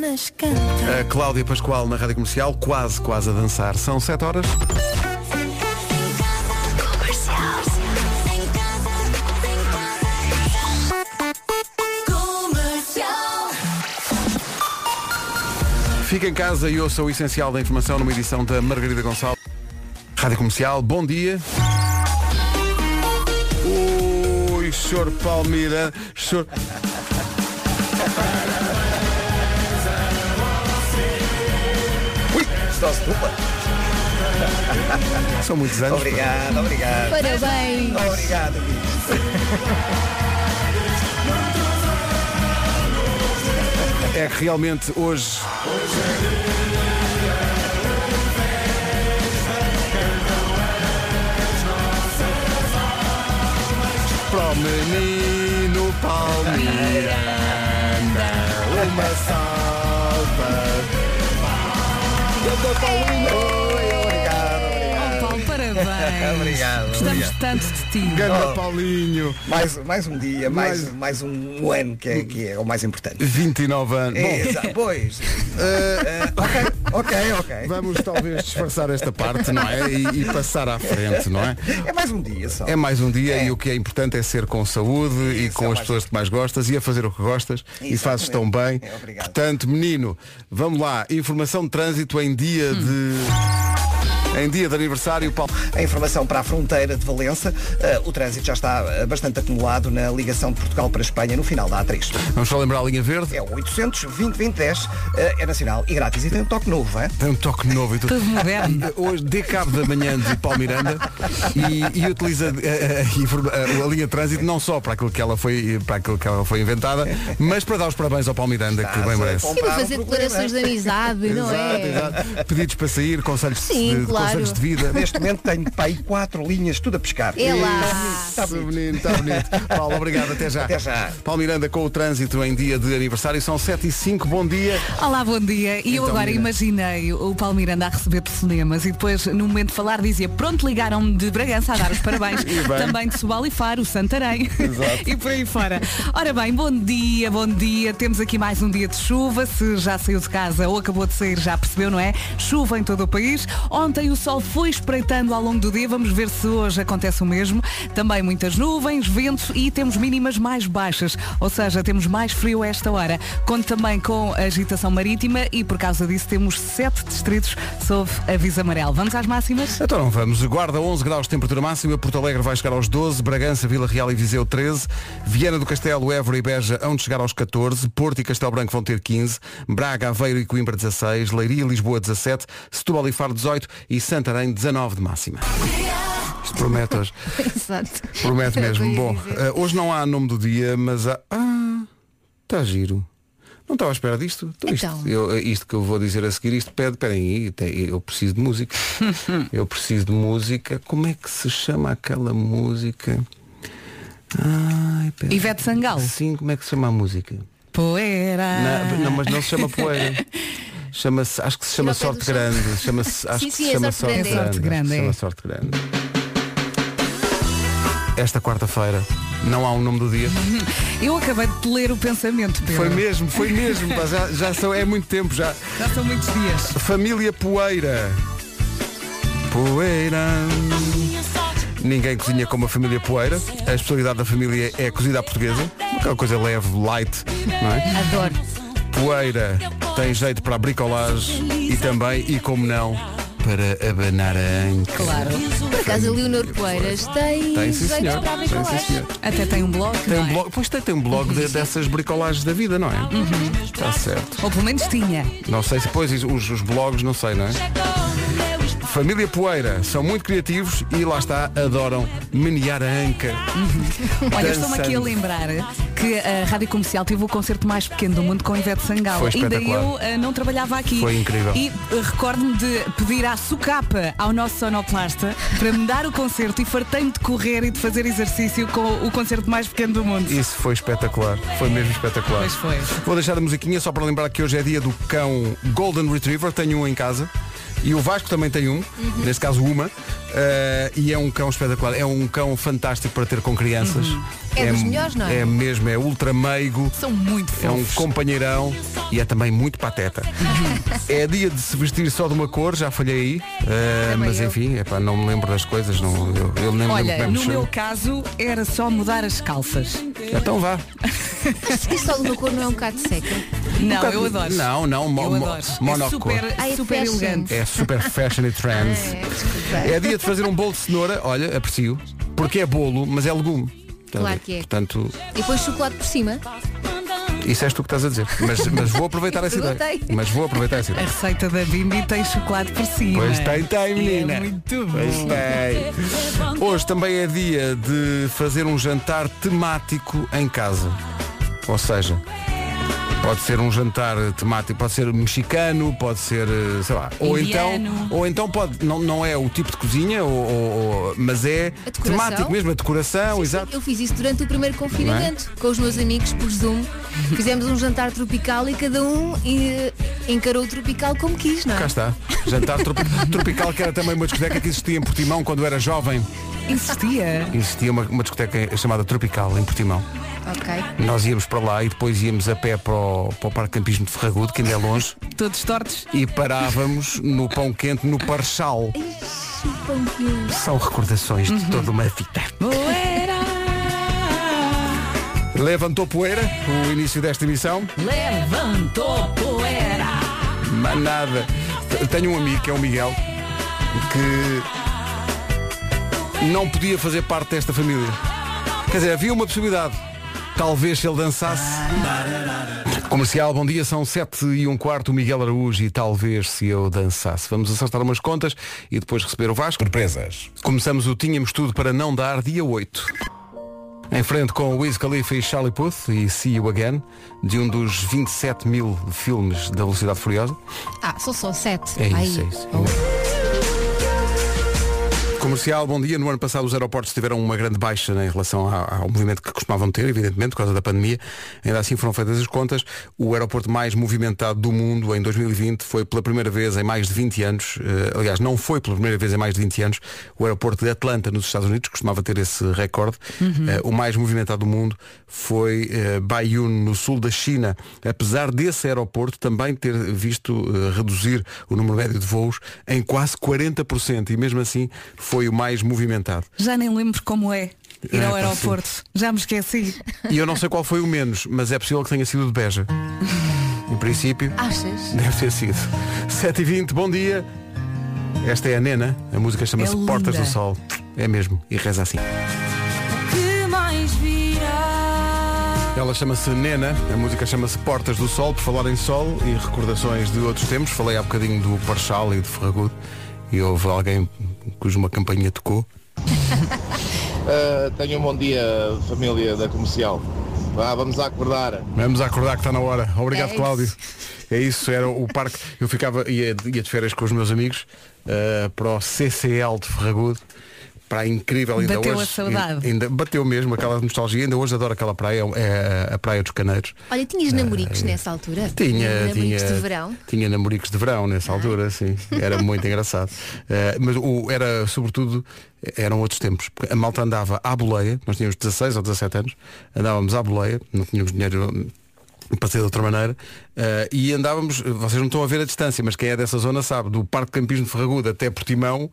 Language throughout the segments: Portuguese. mas canta. A Cláudia Pascoal na Rádio Comercial, quase, quase a dançar. São 7 horas. Fica em casa e ouça o essencial da informação numa edição da Margarida Gonçalves. Rádio Comercial, bom dia. Ui, Sr. Palmeira, Sr. Dose dupla. São muitos anos. Obrigado, obrigado. Parabéns. Obrigado, Luís. É que realmente hoje. Pro menino Palmeiranda, uma salva. Obrigado, obrigado. Oh, Paulo, parabéns. Obrigado, Gostamos obrigado. tanto de ti. Ganda Oh. Paulinho. Mais, mais um dia, mais, mais um ano que é, que é o mais importante. É, 29 anos. Bom, Exa- pois. Eh, ok, ok, ok. vamos talvez disfarçar esta parte, não é? E, e passar à frente, não é? É mais um dia só. É mais um dia É. e o que é importante é ser com saúde e Isso, com é o as mais pessoas que mais gostas e a fazer o que gostas e Exatamente. fazes tão bem. É, obrigado. Portanto, menino, vamos lá, informação de trânsito em dia Hum. de. Em dia de aniversário, Paulo. A informação para a fronteira de Valença, eh, o trânsito já está eh, bastante acumulado na ligação de Portugal para a Espanha no final da A3. Vamos só lembrar a linha verde. É o 800 2010 é nacional e grátis e tem um toque novo, hein? Tem um toque novo e tudo. Tudo moderno. Hoje dê cabo da manhã de Paulo Miranda e, e utiliza eh, eh, informa- eh, a, linha de trânsito não só para aquilo que ela foi, eh, para aquilo que ela foi inventada, mas para dar os parabéns ao Paulo Miranda, que bem merece. E para fazer declarações de amizade, é, não Exato, é? exato. Pedidos para sair, conselhos, Sim, de, claro. conselhos de vida. Neste momento tenho para aí quatro linhas tudo a pescar. É lá. Está bonito, está bonito. Paulo, obrigado, até já. Até já. Paulo Miranda com o trânsito em dia de aniversário, são 7 e 5 bom dia. Olá, bom dia. E eu Então, agora Mira. imaginei o Paulo Miranda a receber telefonemas e depois, no momento de falar, dizia pronto, ligaram-me de Bragança a dar os parabéns. Também de Sobal e Faro, Santarém e por aí fora. Ora bem, bom dia, bom dia. Temos aqui mais um dia de chuva. Se já saiu de casa ou acabou de sair, já percebeu, não é? Chuva em todo o país. Ontem o sol foi espreitando ao longo do dia. Vamos ver se hoje acontece o mesmo. Também muitas nuvens, vento e temos mínimas mais baixas. Ou seja, temos mais frio a esta hora. Conto também com a agitação marítima e por causa disso temos sete distritos sob aviso amarelo. Vamos às máximas? Então não vamos. Guarda 11 graus de temperatura máxima, Porto Alegre vai chegar aos 12, Bragança, Vila Real e Viseu 13, Viana do Castelo, Évora e Beja hão de chegar aos 14, Porto e Castelo Branco vão ter 15, Braga, Aveiro e Coimbra 16, Leiria e Lisboa 17, Setúbal e Faro 18 e Santarém 19 de máxima. Isto promete hoje. Exato. Promete Era o que eu mesmo. ia Bom, dizer. eh, hoje não há nome do dia, mas há. Ah, está giro. Não estava à espera disto. Então, isto, Então. eu- eh, isto que eu vou dizer a seguir, isto pede, peraí, aí, tem- eu preciso de música. eu preciso de música. Como é que se chama aquela música? Ai, pera. Ivete Sangalo. Sim, como é que se chama a música? Poeira. Na- não, mas não se chama poeira. Chama-se, acho que se chama ao pé do sorte chão. grande. Chama-se, acho Sim, que se sim, é chama Sorte sorte É Grande. Sorte Grande, grande. é. Chama sorte grande. é. Esta quarta-feira não há um nome do dia. Eu acabei de ler o pensamento, Pedro. Foi mesmo, foi mesmo. pá, Já, já são, é muito tempo já. Já são muitos dias. Família Poeira. Poeira. Ninguém cozinha como a família Poeira. A especialidade da família é cozida à portuguesa. Aquela coisa leve, light, não é? Adoro. Poeira tem jeito para a bricolagem e também, e como não, para abanar a anca. Claro. Por acaso a Leonor Poeiras tem, Tem sim jeito senhor. para Tem bricolar. sim senhor. Até tem um blog. Tem não um é? blog, pois tem, tem um blog de- dessas bricolagens da vida, não é? Está certo. Ou pelo menos tinha. Não sei se pois os, os blogs, não sei, não é? Família Poeira são muito criativos e lá está, adoram menear a anca. Olha, eu estou-me aqui a Dançando. lembrar que a Rádio Comercial teve o concerto mais pequeno do mundo com Ivete Sangalo. Foi Ainda espetacular. eu eh, não trabalhava aqui. Foi incrível. E eh, recordo-me de pedir à sucapa, ao nosso sonoplasta, para me dar o concerto e fartei-me de correr e de fazer exercício com o concerto mais pequeno do mundo. Isso foi espetacular, foi mesmo espetacular. Pois foi. Vou deixar a musiquinha só para lembrar que hoje é dia do Uhum. cão Golden Retriever, tenho um em casa. E o Vasco também tem um, neste caso uma. eh, e é um cão espetacular. É um cão fantástico para ter com crianças. Uhum. É dos melhores, não é? É mesmo, é ultra meigo. São muito É um fofos. companheirão e é também muito pateta. é dia de se vestir só de uma cor, já falhei aí. eh, Também mas eu. enfim, epá, não me lembro das coisas. Não, eu, eu nem me lembro Olha, como é que no me meu chamo. caso era só mudar as calças. Então vá. Isso só de uma cor não é um bocado seca. Não, Ah, eu adoro. Não, não, mo, Eu mo- adoro. É monocor. super, Ai, super fashion. elegante. É super fashion e trends. É, desculpa. É dia de fazer um bolo de cenoura, olha, aprecio, porque é bolo, mas é legume. Está a Claro ver? que é. Portanto, E depois chocolate por cima. isso és tu que estás a dizer. Mas, mas vou aproveitar essa ideia. Perguntei. Mas vou aproveitar essa A ideia. receita da Bimbi tem chocolate por cima. Pois tem, tem, menina. É muito bom. Pois tem. Hoje também é dia de fazer um jantar temático em casa. Ou seja, pode ser um jantar temático, pode ser mexicano, pode ser, eh, sei lá, ou então, Indiano. ou então pode, não, não é o tipo de cozinha, ou, ou- ou- mas é A decoração. temático mesmo, a decoração, exato. é? Eu fiz isso durante o primeiro confinamento com os meus amigos por Zoom. Fizemos um jantar tropical e cada um eh, encarou o tropical como quis, não Cá é? está. Jantar tropi- tropical, que era também uma discoteca que existia em Portimão quando era jovem. Existia. Existia uma, uma discoteca chamada Tropical em Portimão. Ok. Nós íamos para lá e depois íamos a pé para o, para o Parque Campismo de Ferragudo, que ainda é longe, Todos tortos. e parávamos no pão quente no Parchal. São recordações de toda uma vida. Poeira, Levantou poeira, o início desta emissão. levantou poeira. Manada. T- Tenho um amigo que é o Miguel que não podia fazer parte desta família. Quer dizer, havia uma possibilidade. Talvez se ele dançasse. Comercial, bom dia, são 7 e um quarto, o Miguel Araújo e talvez se eu dançasse. Vamos acertar umas contas e depois receber o Vasco. Surpresas. Começamos o Tínhamos Tudo para Não Dar, dia 8. Em frente com Wiz Khalifa e Charlie Puth e See You Again, de um dos 27 mil filmes da Velocidade Furiosa. Ah, são só sete. É Ai. isso, é isso. Comercial, bom dia. No ano passado os aeroportos tiveram uma grande baixa né, em relação a- ao movimento que costumavam ter, evidentemente, por causa da pandemia. Ainda assim foram feitas as contas. O aeroporto mais movimentado do mundo em 2020 foi pela primeira vez em mais de 20 anos, eh, aliás, não foi pela primeira vez em mais de 20 anos, o aeroporto de Atlanta, nos Estados Unidos, costumava ter esse recorde. Eh, o mais movimentado do mundo foi eh, Baiyun, no sul da China. Apesar desse aeroporto também ter visto eh, reduzir o número médio de voos em quase 40%, e mesmo assim foi o mais movimentado. Já nem lembro como é ir É, ao pá, aeroporto. Já me esqueci. E eu não sei qual foi o menos, mas é possível que tenha sido de Beja. Em princípio, Achas? deve ter sido. 7h20, bom dia. Esta é a Nena, a música chama-se É linda. Portas do Sol. É mesmo, e reza assim. que mais virá. Ela chama-se Nena, a música chama-se Portas do Sol, por falar em sol e recordações de outros tempos. Falei há bocadinho do Parchal e de Ferragudo e houve alguém cuja uma campainha tocou. Uh, tenha um bom dia, família da comercial. Vá, vamos acordar. Vamos acordar que está na hora. Obrigado, É isso. Cláudio. É isso, era o parque. Eu ficava, ia, ia de férias com os meus amigos uh, para o CCL de Ferragudo. Praia incrível ainda Bateu a hoje. saudade. Ainda, bateu mesmo aquela nostalgia. Ainda hoje adoro aquela praia, é a Praia dos Caneiros. Olha, tinhas namoricos nessa altura? Ah, Tinha, Namoricos tinha, de verão. Ah. tinha namoricos de verão nessa altura, sim. Era muito engraçado. Eh, mas o, era, sobretudo, eram outros tempos. Porque A malta andava à boleia, nós tínhamos 16 ou 17 anos, andávamos à boleia, não tínhamos dinheiro para ser de outra maneira, eh, e andávamos, vocês não estão a ver a distância, mas quem é dessa zona sabe, do Parque Campismo de Ferragudo até Portimão,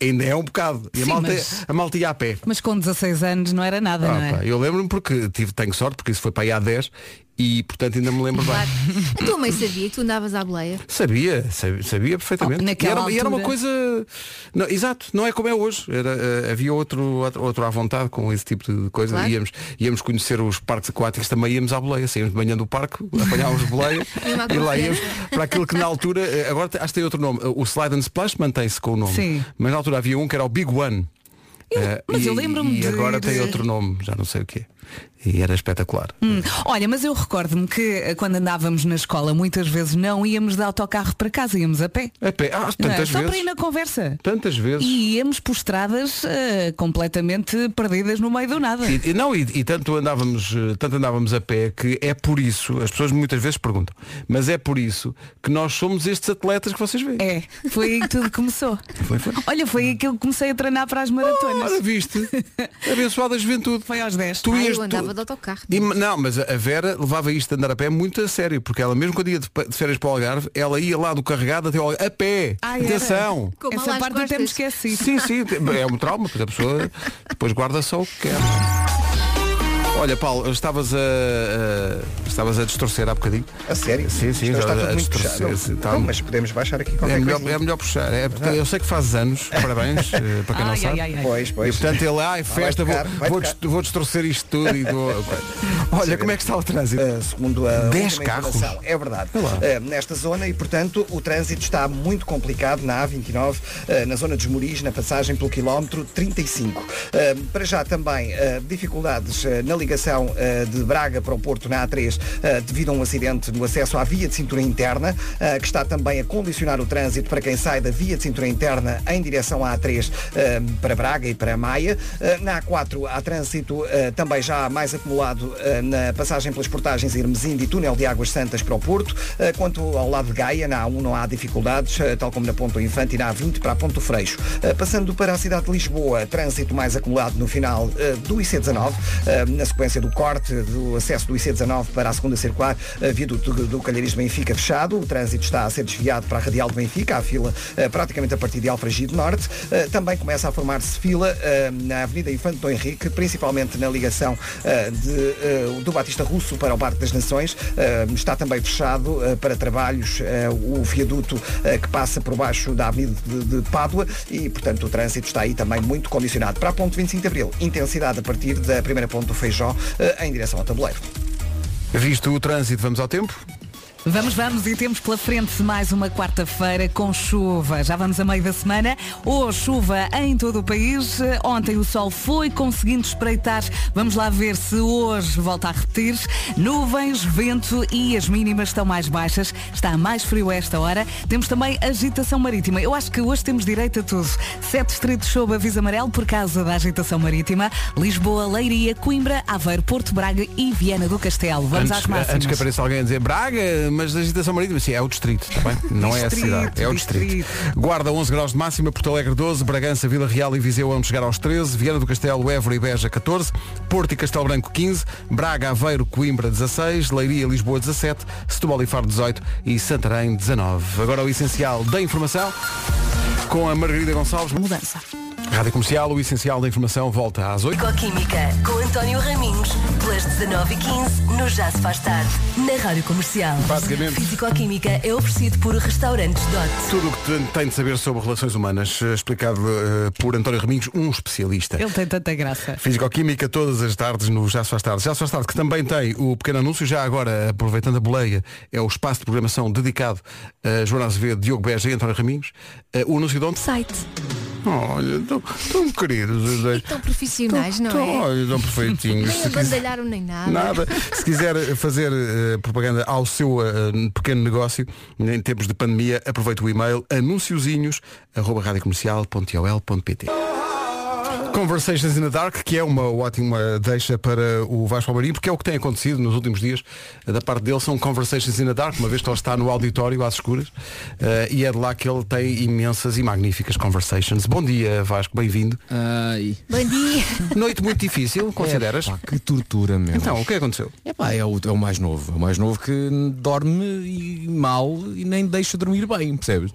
ainda é um bocado. E a, Sim, malta, mas- a malta ia a pé. Mas com 16 anos não era nada, Ah, não é? pá, eu lembro-me porque tive, tenho sorte, porque isso foi para aí há 10 e portanto ainda me lembro bem. Claro. A tua mãe sabia que tu andavas à boleia? Sabia, sabia, sabia perfeitamente. Oh, e, naquela era, e era uma altura. coisa. não, exato, não é como é hoje. Era, eh, havia outro, outro, outro à vontade com esse tipo de coisa. Claro. Íamos, íamos conhecer os parques aquáticos, também íamos à boleia. Saímos de manhã do parque, apanhávamos boleia Mesmo à e lá confiança. íamos para aquilo que na altura. eh, Agora acho que tem outro nome. O Slide and Splash mantém-se com o nome. Sim. Mas na altura havia um que era o Big One. Eh, mas e, eu lembro-me e de agora ir- tem outro nome, já não sei o que é. E era espetacular. Hum, Olha, mas eu recordo-me que eh, quando andávamos na escola muitas vezes não íamos de autocarro para casa, íamos a pé. A pé. Ah, Não é? tantas Só para ir vezes. na conversa. Tantas vezes. E íamos por estradas eh, completamente perdidas no meio do nada. E, e não, e, e tanto, andávamos, eh, tanto andávamos a pé que é por isso, as pessoas muitas vezes perguntam, mas é por isso que nós somos estes atletas que vocês veem. É, foi aí que tudo começou. Foi, foi. Olha, foi aí que eu comecei a treinar para as maratonas. Ora, viste? Abençoada juventude. Foi aos 10. Tu Ai, ias, eu andava tu- de autocarro. E- não, mas a a Vera levava isto de andar a pé muito a sério, porque ela mesmo quando ia de, pa- de férias para o Algarve, ela ia lá do carregado até ao Algarve, a pé. Ai, Ah, era. Atenção! Com mal Essa às parte eu até me costas. esqueci. Sim, sim, te- é um trauma, porque a pessoa depois guarda só o que quer. Olha, Paulo, estavas a, a- estavas a distorcer há bocadinho. A sério? Sim, sim, Então já- está já- tudo muito estou- puxado. sim, está- Não, mas podemos baixar aqui qualquer É melhor, coisa. é melhor puxar. É, porque eu sei que fazes anos, parabéns, eh, para quem não Ai, sabe. ai, ai, ai. Pois, E pois. portanto ele, ai, festa, vou, tocar, vai vou, tocar. dest- vou distorcer isto tudo e vou... Olha, como é que está o trânsito? Uh, segundo a Dez última carros? informação. É verdade. Olha lá. Uh, nesta zona e, portanto, o trânsito está muito complicado na A29, uh, na zona dos Muris, na passagem pelo quilómetro 35. Uh, para já também uh, dificuldades uh, na ligação uh, de Braga para o Porto na A3 uh, devido a um acidente no acesso à via de cintura interna, uh, que está também a condicionar o trânsito para quem sai da via de cintura interna em direção à A3 eh, para Braga e para Maia. Eh, na A4 há trânsito eh, também já mais acumulado eh, na passagem pelas portagens Irmesinde e túnel de Águas Santas para o Porto. Eh, quanto ao lado de Gaia, na A1 não há dificuldades, eh, tal como na Ponta Infante e na A20 para a Ponto Freixo. Eh, passando para a cidade de Lisboa, trânsito mais acumulado no final eh, do IC19, eh, na sequência do corte do acesso do IC19 para a segunda circular, eh, viaduto do, do Calheirismo Benfica fechado, o trânsito está a ser desviado para a Radial de Benfica, há fila eh, praticamente a partir de Alfragido Norte. Eh, também começa a formar-se fila eh, na Avenida Infante Dom Henrique, principalmente na ligação eh, de, eh, do Batista Russo para o Parque das Nações. Eh, está também fechado eh, para trabalhos eh, o viaduto eh, que passa por baixo da Avenida de, de Pádua e, portanto, o trânsito está aí também muito condicionado. Para a ponte 25 de Abril, intensidade a partir da primeira ponte do Feijó eh, em direção ao tabuleiro. Visto o trânsito, vamos ao tempo? Vamos, vamos e temos pela frente mais uma quarta-feira com chuva. Já vamos a meio da semana. Hoje chuva em todo o país. Eh, Ontem o sol foi conseguindo espreitar. Vamos lá ver se hoje volta a repetir. Nuvens, vento e as mínimas estão mais baixas. Está mais frio a esta hora. Temos também agitação marítima. Eu acho que hoje temos direito a tudo. Sete distritos sob aviso amarelo por causa da agitação marítima. Lisboa, Leiria, Coimbra, Aveiro, Porto Braga e Viana do Castelo. Vamos às antes, máximas. antes que apareça alguém a dizer Braga, mas da agitação marítima, sim, é o distrito, tá bem? Não é a Distrito, cidade, é o distrito. distrito. Guarda 11 graus de máxima, Porto Alegre 12, Bragança, Vila Real e Viseu onde chegar aos 13, Viana do Castelo, Évora e Beja 14, Porto e Castelo Branco 15, Braga, Aveiro, Coimbra 16, Leiria, e Lisboa 17, Setúbal e Faro 18 e Santarém 19. Agora o essencial da informação com a Margarida Gonçalves. Mudança. Rádio Comercial, o essencial da informação volta às 8. Coquímica, com António Raminhos, pelas 19h15, no Já se faz tarde, na Rádio Comercial. Basicamente. Fisicoquímica é oferecido por Restaurantes Dot. Tudo o que tem- tem de saber sobre relações humanas, eh, explicado eh, por António Raminhos, um especialista. Ele tem tanta graça. Físico-Química todas as tardes no Já se faz tarde. Já se faz tarde, que também tem o pequeno anúncio, já agora, aproveitando a boleia, é o espaço de programação dedicado a Joana Azevedo, Diogo Beja e António Raminhos. Eh, o anúncio de ontem. Site. Olha, tão, tão queridos os dois. Tão profissionais, não Tão- é? Olha, tão perfeitinhos. Nem Se quiser- abandalharam nem nada. Nada. Se quiser eh, fazer eh, propaganda ao seu eh, pequeno negócio, em tempos de pandemia, aproveite o e-mail anunciozinhos.radiocomercial.ol.pt Conversations in the Dark, que é uma ótima deixa para o Vasco Almarim, porque é o que tem acontecido nos últimos dias eh, da parte dele, são Conversations in the Dark, uma vez que ele está no auditório às escuras, eh, e é de lá que ele tem imensas e magníficas conversations. Bom dia, Vasco, bem-vindo. Ai, Bom dia. Noite muito difícil, consideras? epá, que tortura mesmo. Então, o que aconteceu? Epá, é, o, é o mais novo. É o mais novo que dorme e mal e nem deixa dormir bem, percebes?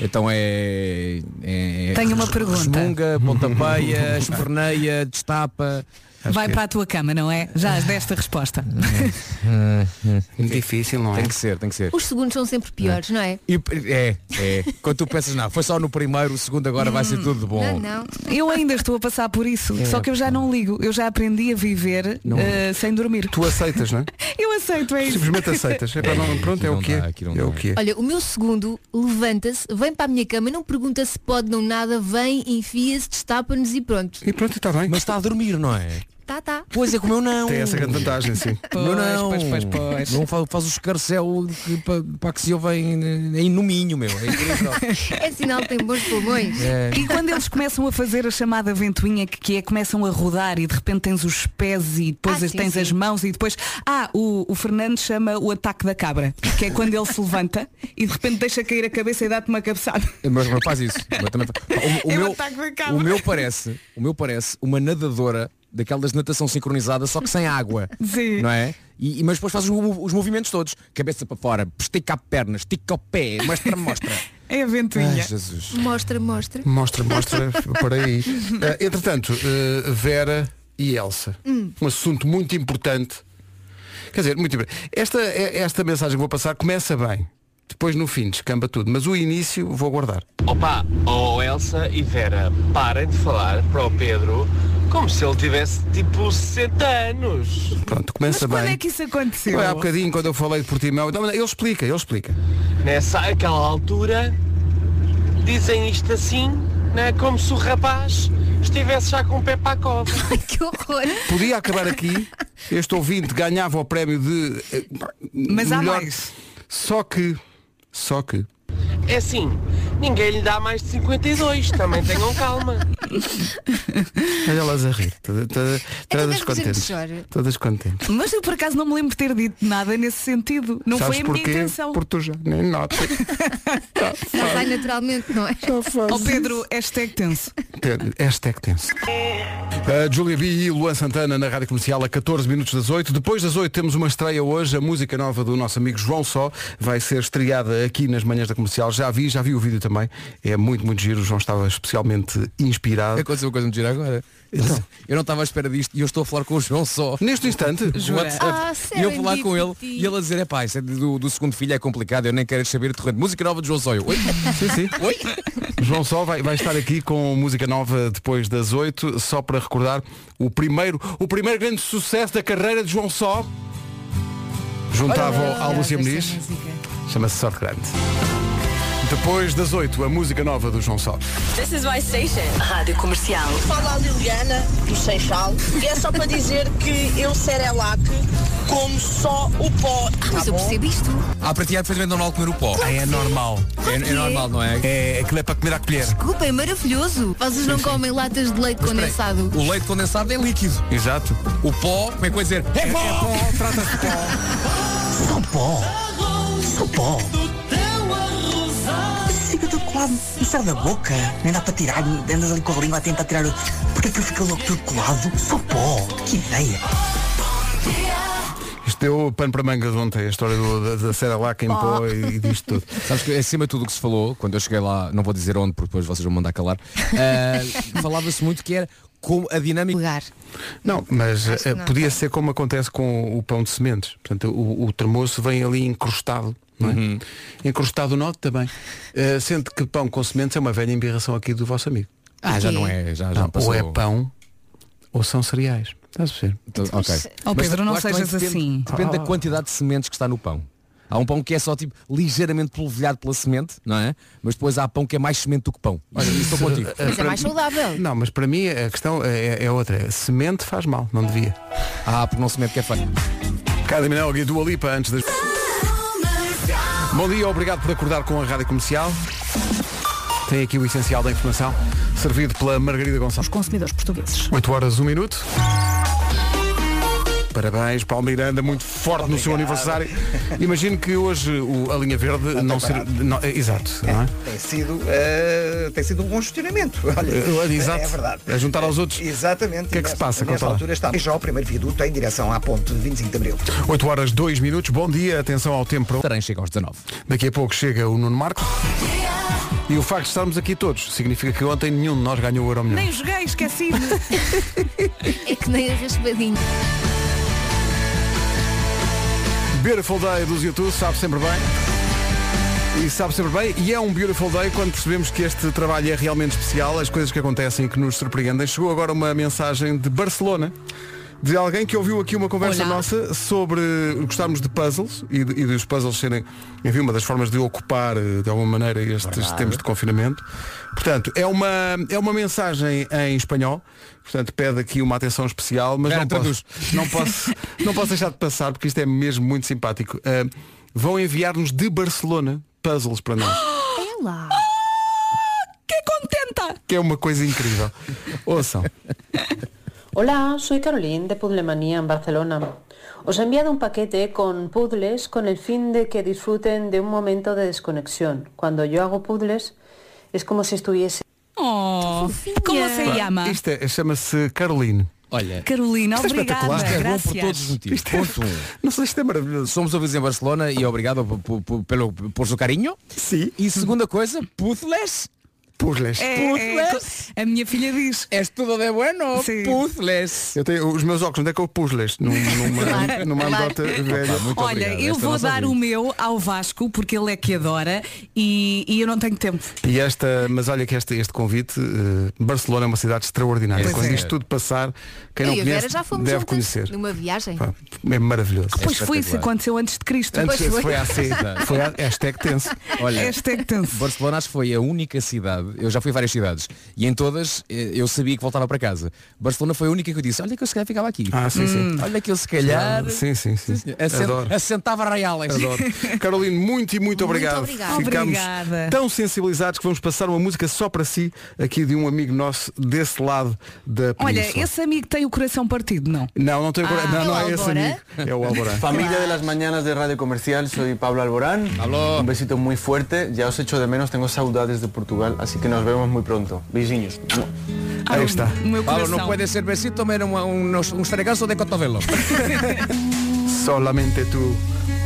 Então é. é Tenho uma res- pergunta. Resmunga, pontapeia, esperneia, destapa. Vai para a tua cama, não é? Já desta resposta. Difícil, não é? Tem que ser, tem que ser. Os segundos são sempre piores, não é? E p- é, é. Quando tu pensas, não, foi só no primeiro, o segundo agora vai Hum. ser tudo Não, bom. não. Eu ainda estou a passar por isso, só que eu já não ligo. Eu já aprendi a viver eh, sem dormir. Tu aceitas, não é? Eu aceito, é isso. Simplesmente aceitas. É pá, não, pronto, é Aqui o não que é. dá, aqui não É o dá. que é. Olha, o meu segundo levanta-se, vem para a minha cama, não pergunta se pode, não nada, vem, enfia-se, destapa-nos e pronto. E pronto, está bem. Mas está a dormir, não é? Tá, tá. Pois é, como eu não. Tem essa grande vantagem, sim. Como eu não. Pois, pois, pois, pois. Não faz, faz o escarcel que, para, para que se ouvem eh, em no Minho, meu. É incrível. É sinal que tem bons pulmões. É. E quando eles começam a fazer a chamada ventoinha, que, que é começam a rodar e de repente tens os pés e depois Ah, as- sim, tens sim. as mãos e depois. Ah, o, o Fernando chama o ataque da cabra, que é quando ele se levanta e de repente deixa cair a cabeça e dá-te uma cabeçada. Mas não faz isso. Mas também faz. O, o É o meu, ataque da cabra. o meu parece, o meu parece uma nadadora daquelas de natação sincronizada, só que sem água. Sim. Não é? E, e- mas depois faz os, mo- os movimentos todos. Cabeça para fora, estica a perna, estica o pé, mostra, mostra. É a Ai, ventoinha. Jesus. Mostra, mostra. Mostra, mostra por aí. Eh, entretanto, eh, Vera e Elsa. Um assunto muito importante. Quer dizer, muito importante. Esta, eh, esta mensagem que vou passar começa bem. Depois no fim descamba tudo. Mas o início vou guardar. Opa, oh Elsa e Vera, parem de falar para o Pedro como se ele tivesse tipo 60 anos. Pronto, Mas começa quando bem. é que isso aconteceu? Há bocadinho quando eu falei de Portimão. Não, não, então, ele explica, ele explica. Nessa aquela altura, dizem isto assim, né? como se o rapaz estivesse já com o pé para a cova. Ai, que horror. Podia acabar aqui. Este ouvinte ganhava o prémio de. eh, Mas há mais. Só que. Só que. É assim, ninguém lhe dá mais de 52, também tenham calma. Olha elas a rir. Toda- toda- Todas deve dizer que contentes. chora. Todas contentes. Mas eu por acaso não me lembro de ter dito nada nesse sentido. Não Sabes foi a minha porquê? intenção. Porque tu já nem notas. Já sai naturalmente, não é? Ó Oh, Pedro, hashtag tenso. Hashtag tenso. A Julia B e Luan Santana na Rádio Comercial a 14 minutos das 8. Depois das 8 temos uma estreia hoje, a música nova do nosso amigo João Só vai ser estreada aqui nas manhãs da comercial. Já vi, já vi o vídeo também. É muito, muito giro. O João estava especialmente inspirado. Aconteceu uma coisa muito gira agora. Então. Eu não estava à espera disto e eu estou a falar com o João só. Neste instante, no WhatsApp. Ah, e eu vou lá com ele serendipity. e ele a dizer, é pá, isso é do, do segundo filho é complicado, eu nem quero saber de corrente. Música nova de João Zóio. Oi? Sim, sim. Oi? João Sol vai, vai estar aqui com música nova depois das 8, só para recordar o primeiro, o primeiro grande sucesso da carreira de João Só. Juntavam à Lúcia Muniz, chama-se Sorte Grande. Depois das 8, a música nova do João Só. This is my station. Rádio Comercial. Fala a Liliana do Seixal e é só para dizer que eu Cerelac como só o pó. tá Mas eu percebo isto. Ah, para ti é perfeitamente normal comer o pó. É, normal. É, normal, não é? É aquilo é para comer à colher. Desculpa, é maravilhoso. Vocês não comem latas de leite condensado. O leite condensado é líquido. Exato. O pó, como é que vai dizer? É, pó! Fica tudo colado no céu da boca. Nem dá para tirar, andas ali com a língua a tentar tirar. Porquê que fica logo tudo colado? Só pó. Que ideia. Isto deu pano para manga de ontem, a história do, da, da Seralac em pó e, e disto tudo. Sabes que acima de tudo o que se falou, quando eu cheguei lá, não vou dizer onde, porque depois vocês vão mandar calar, ah, falava-se muito que era com a dinâmica. Lugar. Não, mas Acho que eh, não. podia ser como acontece com o pão de sementes. Portanto, o, o termoço vem ali encrustado. Não é? Encrustado no também. Eh, sendo que pão com sementes é uma velha embirração aqui do vosso amigo. Ah, já não é, já, já Não, passou. ou é pão ou são cereais. Estás a perceber? Então, ok. Ó, Mas Pedro, não eu acho que sejas também depende- assim. Ah, Depende da quantidade de sementes que está no pão. Há um pão que é só tipo ligeiramente polvilhado pela semente, não é? Mas depois há pão que é mais semente do que pão. Olha, isso estou contigo. Mas é mais saudável. Não, mas para mim a questão é, é outra. Semente faz mal, não devia. Ah, porque não semente que é feio. Cada Minogue e Dua Lipa antes das... Bom dia, obrigado por acordar com a Rádio Comercial. Tem aqui o essencial da informação, servido pela Margarida Gonçalves. Consumidores portugueses. 8 horas, 1 minuto. Parabéns, Paulo Miranda, muito forte no seu aniversário. Imagino que hoje o- a linha verde não ser. não- é, exato, não é? Tem sido, eh, tem sido um bom gestionamento. Olha, Eh, exato. É verdade. A juntar aos outros. Exatamente. O que é que se passa, conta Nesta lá. altura está já o primeiro viaduto em direção à ponte de 25 de Abril. 8 horas, 2 minutos. Bom dia, atenção ao tempo. para hoje. Tarém chega aos 19. Daqui a pouco chega o Nuno Marco. E o facto de estarmos aqui todos significa que ontem nenhum de nós ganhou o Euro Milhões. Nem joguei, esqueci-me. É que nem a raspadinha. Beautiful Day dos YouTube, sabe sempre bem. E sabe sempre bem, e é um beautiful day quando percebemos que este trabalho é realmente especial, as coisas que acontecem e que nos surpreendem. Chegou agora uma mensagem de Barcelona. de alguém que ouviu aqui uma conversa Olá. nossa sobre gostarmos de puzzles e, de- e dos puzzles serem, enfim, uma das formas de ocupar eh, de alguma maneira estes Verdade. tempos de confinamento. Portanto, é uma, é uma mensagem em espanhol, portanto pede aqui uma atenção especial, mas Vera, não posso, traduz. não, posso, não posso deixar de passar porque isto é mesmo muito simpático. Eh, vão enviar-nos de Barcelona puzzles para nós. É lá. ¡Qué Ah, contenta! que é uma coisa incrível. Ouçam. Hola, soy Caroline de Puzzlemanía en Barcelona. Os he enviado un paquete con puzzles con el fin de que disfruten de un momento de desconexión. Cuando yo hago puzzles es como si estuviese... Oh, ¿Cómo assim, se Pá, llama? Isto é- chama-se Caroline. Olha. Carolina, Isto é obrigada. espetacular. Isto é bom por gracias. todos os motivos. Ponto um. é Não sei, isto é maravilhoso. Somos ouvidos em Barcelona e obrigado por, por, por- pelo, por seu carinho. Sim. E segunda coisa, puzzles. Puzzles. É, é, a minha filha diz. é, És tudo de bueno, puzzles. Eu tenho os meus óculos, onde é que eu pus-lhes? Num- Numa, Claro, numa claro. anedota velha. Olha, eu vou dar o meu ao Vasco, porque ele é que adora e, e eu não tenho tempo. E esta, mas olha que este, este convite, eh, Barcelona é uma cidade extraordinária. Pois Quando é. isto tudo passar, quem Eu não e a Vera conhece já fomos deve juntas conhecer. numa viagem. Pá, É maravilhoso. Pois foi, isso aconteceu antes de Cristo. Antes, foi. foi assim. Foi a, hashtag tenso. Olha, Hashtag tenso. Barcelona acho que foi a única cidade, eu já fui a várias cidades, e em todas eh, eu sabia que voltava para casa. Barcelona foi a única que eu disse, olha que eu se calhar ficava aqui. Ah, sim, sim. Olha que eu se calhar Sim, sim, sim. assent- Adoro. assentava reales. Adoro. Carolina, muito e muito obrigado. obrigada. Ficamos Obrigada. tão sensibilizados que vamos passar uma música só para si, aqui de um amigo nosso desse lado da Olha, península. esse amigo tem o coração partido, não? Não, não tenho coragem. Não, não é é esse amigo. É o Alborán. Familia de las mañanas de Radio Comercial, soy Pablo Alborán. Un besito muy fuerte, ya os echo de menos, tengo saudades de Portugal, así que nos vemos muy pronto. Beijinhos. Ahí está. Pablo, não pode ser besito, menos um, um, um estregazo de cotovelo. Solamente tu.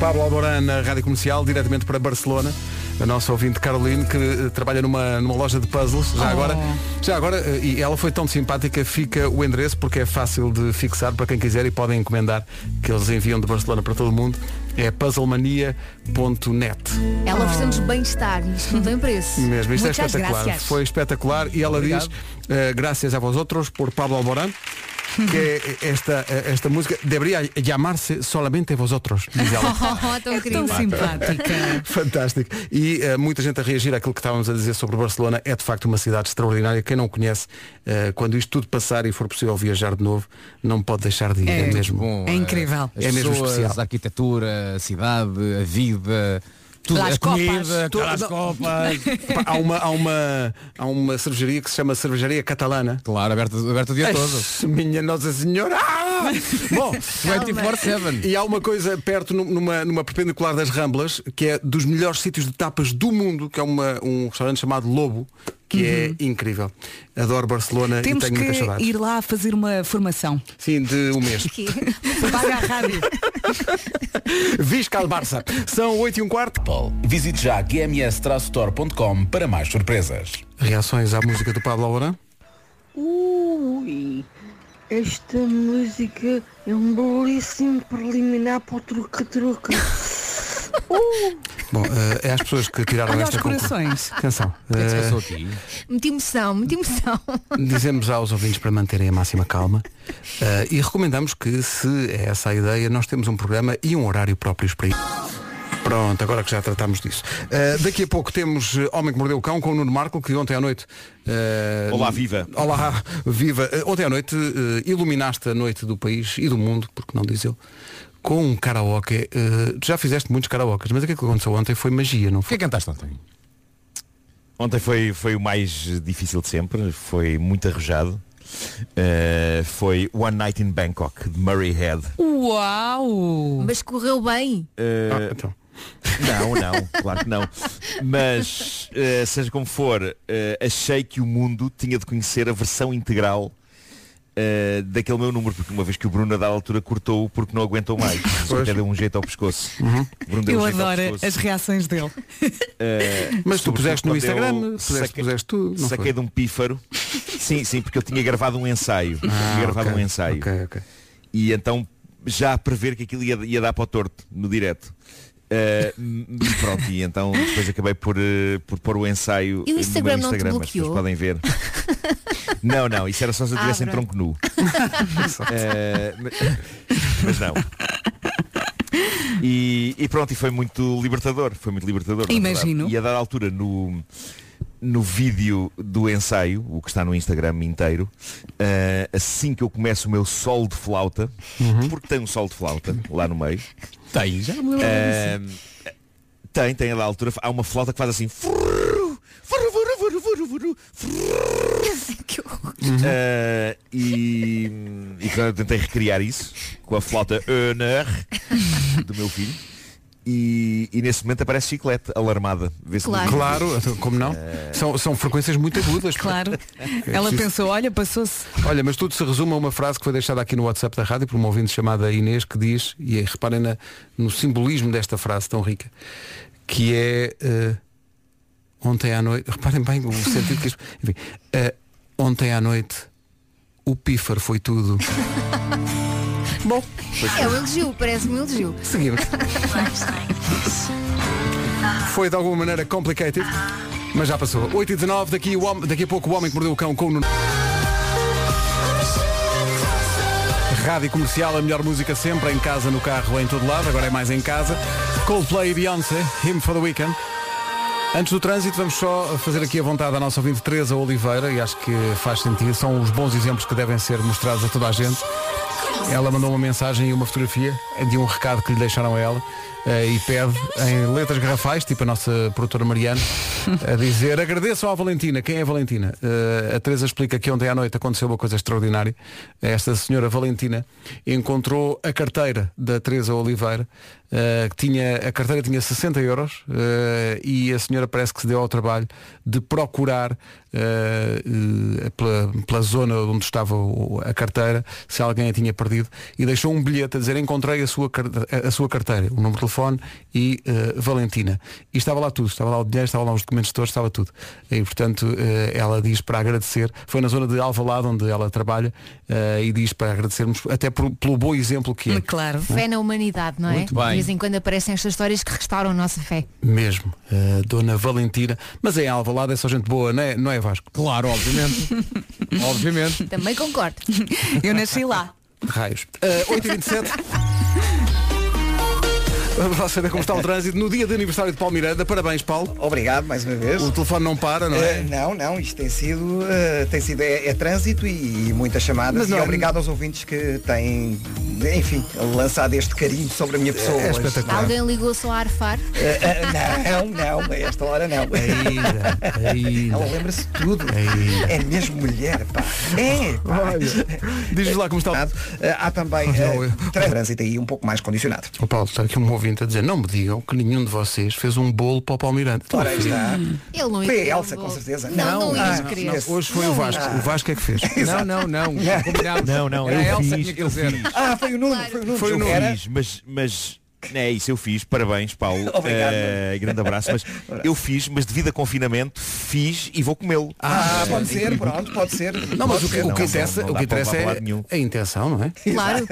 Pablo Alborán na Rádio Comercial, diretamente para Barcelona. A nossa ouvinte Caroline, que eh, trabalha numa, numa loja de puzzles, já Oh. agora. Já agora, eh, e ela foi tão simpática, fica o endereço, porque é fácil de fixar para quem quiser e podem encomendar, que eles enviam de Barcelona para todo o mundo. É puzzlemania.net. Ela oferece-nos bem-estar. Isto não tem preço. Mesmo, isto é Muitas espetacular. gracias. Foi espetacular e ela Obrigado. diz, eh, graças a vós outros, por Pablo Alborán, que é esta, eh, esta música deveria chamar-se solamente vosotros, diz ela. Oh, tão é tão querida. simpática. Fantástico. E eh, muita gente a reagir àquilo que estávamos a dizer sobre Barcelona. É de facto uma cidade extraordinária. Quem não conhece, eh, quando isto tudo passar e for possível viajar de novo, não pode deixar de ir. É, mesmo bom, é eh, incrível. as É mesmo pessoas, especial. A arquitetura, a cidade, a vida, tudo, Las a comida, copas. Tudo- as não. copas. Pá, há, uma, há, uma, há uma cervejaria que se chama Cervejaria Catalana. Claro, aberta, aberta o dia todo. Minha Nossa Senhora! Ah! Bom, 24/7. E há uma coisa perto num- numa, numa perpendicular das Ramblas, que é dos melhores sítios de tapas do mundo, que é uma, um restaurante chamado Lobo, que é incrível. Adoro Barcelona Temos e tenho muitas que saudades. ir lá fazer uma formação. Sim, de um mês. Paga a rádio. Visca al Barça. São 8 e um quarto. Apple. Visite já gms-store.com para mais surpresas. Reações à música do Pablo Alborán? Ui, esta música é um belíssimo preliminar para o truca-truca. Uh, Bom, eh, é as pessoas que tiraram Olha os esta conclu- corações. Atenção. que é que se eh, passou aqui? Muita emoção, muita emoção. Dizemos aos ouvintes para manterem a máxima calma eh, e recomendamos que, se é essa a ideia, nós temos um programa e um horário próprios para isso. Pronto, agora que já tratámos disso. Eh, daqui a pouco temos eh, Homem que Mordeu o Cão com o Nuno Marco, que ontem à noite... eh, Olá, viva. Olá, viva. Eh, ontem à noite eh, iluminaste a noite do país e do mundo, porque não diz eu, com um karaoke. Eh, tu já fizeste muitos karaokes, mas aquilo que aconteceu ontem foi magia, não foi? O que cantaste ontem? Ontem foi, foi o mais eh, difícil de sempre, foi muito arrojado. Eh, foi One Night in Bangkok, de Murray Head. Uau! Mas correu bem. Eh, Ah, então. Não, não, claro que não. Mas, eh, seja como for, eh, achei que o mundo tinha de conhecer a versão integral eh, daquele meu número, porque uma vez que o Bruno a dada altura cortou-o porque não aguentou mais. Até deu um jeito ao pescoço. Uhum. O Bruno deu Eu um jeito ao adoro pescoço. as reações dele. Uh, Mas tu sobretudo puseste no quando Instagram, eu puseste- saquei- puseste tu, não Saquei foi? de um pífaro. sim, sim, porque eu tinha gravado um ensaio. Ah, tinha gravado ok, um ensaio. ok. E então já a prever que aquilo ia, ia dar para o torto, no direto. Eh, e pronto, e então depois acabei por, eh, por pôr o ensaio eh, E o no meu Instagram não te Instagram, as pessoas bloqueou? podem ver. Não, não, isso era só se eu Ah, estivesse em pronto. tronco nu. Eh, mas, mas não. E, e pronto, e foi muito libertador, foi muito libertador. na verdade. Imagino. E a dada altura no, no vídeo do ensaio, o que está no Instagram inteiro, eh, assim que eu começo o meu sol de flauta, porque tem um sol de flauta lá no meio. Tem, já me lembrava Eh, Tem, tem a da altura, há uma flauta que faz assim. Furu, furu, furu, furu, furu. Eh, e, e claro, eu tentei recriar isso com a flauta Honor do meu filho. E, e nesse momento aparece chiclete alarmada. Vê se Claro. Claro, como não? São, são frequências muito agudas. Claro. É Ela preciso- pensou, olha, passou-se. Olha, mas tudo se resume a uma frase que foi deixada aqui no WhatsApp da rádio por uma ouvinte chamada Inês que diz, e reparem na- no simbolismo desta frase tão rica, que é eh, ontem à noite, reparem bem o sentido que isto. Enfim, eh, ontem à noite o pífaro foi tudo. Bom, é um elogio, parece-me um elogio. Seguimos. Foi de alguma maneira complicated, mas já passou. 8 e 19, daqui, o homem- daqui a pouco o homem que mordeu o cão com o Nuno. Rádio Comercial, a melhor música sempre, em casa, no carro, em todo lado, agora é mais em casa. Coldplay e Beyoncé, Him for the Weekend. Antes do trânsito, vamos só fazer aqui a vontade à nossa ouvinte Teresa Oliveira, e acho que faz sentido, são os bons exemplos que devem ser mostrados a toda a gente. Ela mandou uma mensagem e uma fotografia de um recado que lhe deixaram a ela eh, e pede em letras garrafais, tipo a nossa produtora Mariana, a dizer agradeçam à Valentina. Quem é a Valentina? Eh, a Teresa explica que ontem à noite aconteceu uma coisa extraordinária. Esta senhora Valentina encontrou a carteira da Teresa Oliveira, eh, que tinha, a carteira tinha 60 euros eh, e a senhora parece que se deu ao trabalho de procurar eh, eh, pela, pela zona onde estava o- a carteira, se alguém a tinha perdido, e deixou um bilhete a dizer encontrei a sua, car- a sua carteira, o número de telefone e eh, Valentina. E estava lá tudo, estava lá o dinheiro, estava lá os documentos todos, estava tudo. E portanto eh, ela diz para agradecer, foi na zona de Alvalade onde ela trabalha, eh, e diz para agradecermos até por- pelo bom exemplo que é. Claro. Não é? Fé na humanidade, não é? Muito bem. De vez em quando aparecem estas histórias que restauram a nossa fé. Mesmo, eh, Dona Valentina. Mas em Alvalade é só gente boa, não é, não é Vasco? Claro, obviamente. obviamente. Também concordo. Eu nasci lá. Raios. 8h27. Vamos lá saber como está o trânsito no dia de aniversário de Paulo Miranda. Parabéns, Paulo. Obrigado mais uma vez. O telefone não para, não Eh, é? não, não, isto tem sido, eh, tem sido é, é trânsito e, e muitas chamadas. Mas não e é- obrigado aos ouvintes que têm, enfim, lançado este carinho sobre É, a minha pessoa. hoje. Alguém ligou só a arfar? Eh, eh, não, não, a esta hora não. Ainda, ainda. Ela lembra-se de tudo. É mesmo mulher, pá. É, pá. Diz-nos lá como está. Há Ah, também eh, trânsito aí um pouco mais condicionado. O Paulo está aqui um ouvinte a dizer, não me digam que nenhum de vocês fez um bolo para o Paulo Miranda. Ora, aí Não está. fez. Ele não ia Foi a querer um Elsa, bolo. com certeza. Não, não, ias ah, querer. não. Hoje foi o Vasco. O Vasco é que fez. É. Não, não, não. Combinámos. Não, não, Era É a eu Elsa fiz, que tinha que eu fazer. fiz. Ah, foi o Nuno, foi o Nuno. Foi eu Era- fiz, mas, mas é isso, eu fiz, parabéns Paulo. Obrigado. Eh, grande abraço, mas eu fiz, mas devido a confinamento, fiz e vou comê-lo. Eh, Ah, pode ser, pronto, pode ser. Não, mas Pode o que, ser. o que não, interessa, não o dá que para interessa levar de nenhum. é a intenção, não é? Claro.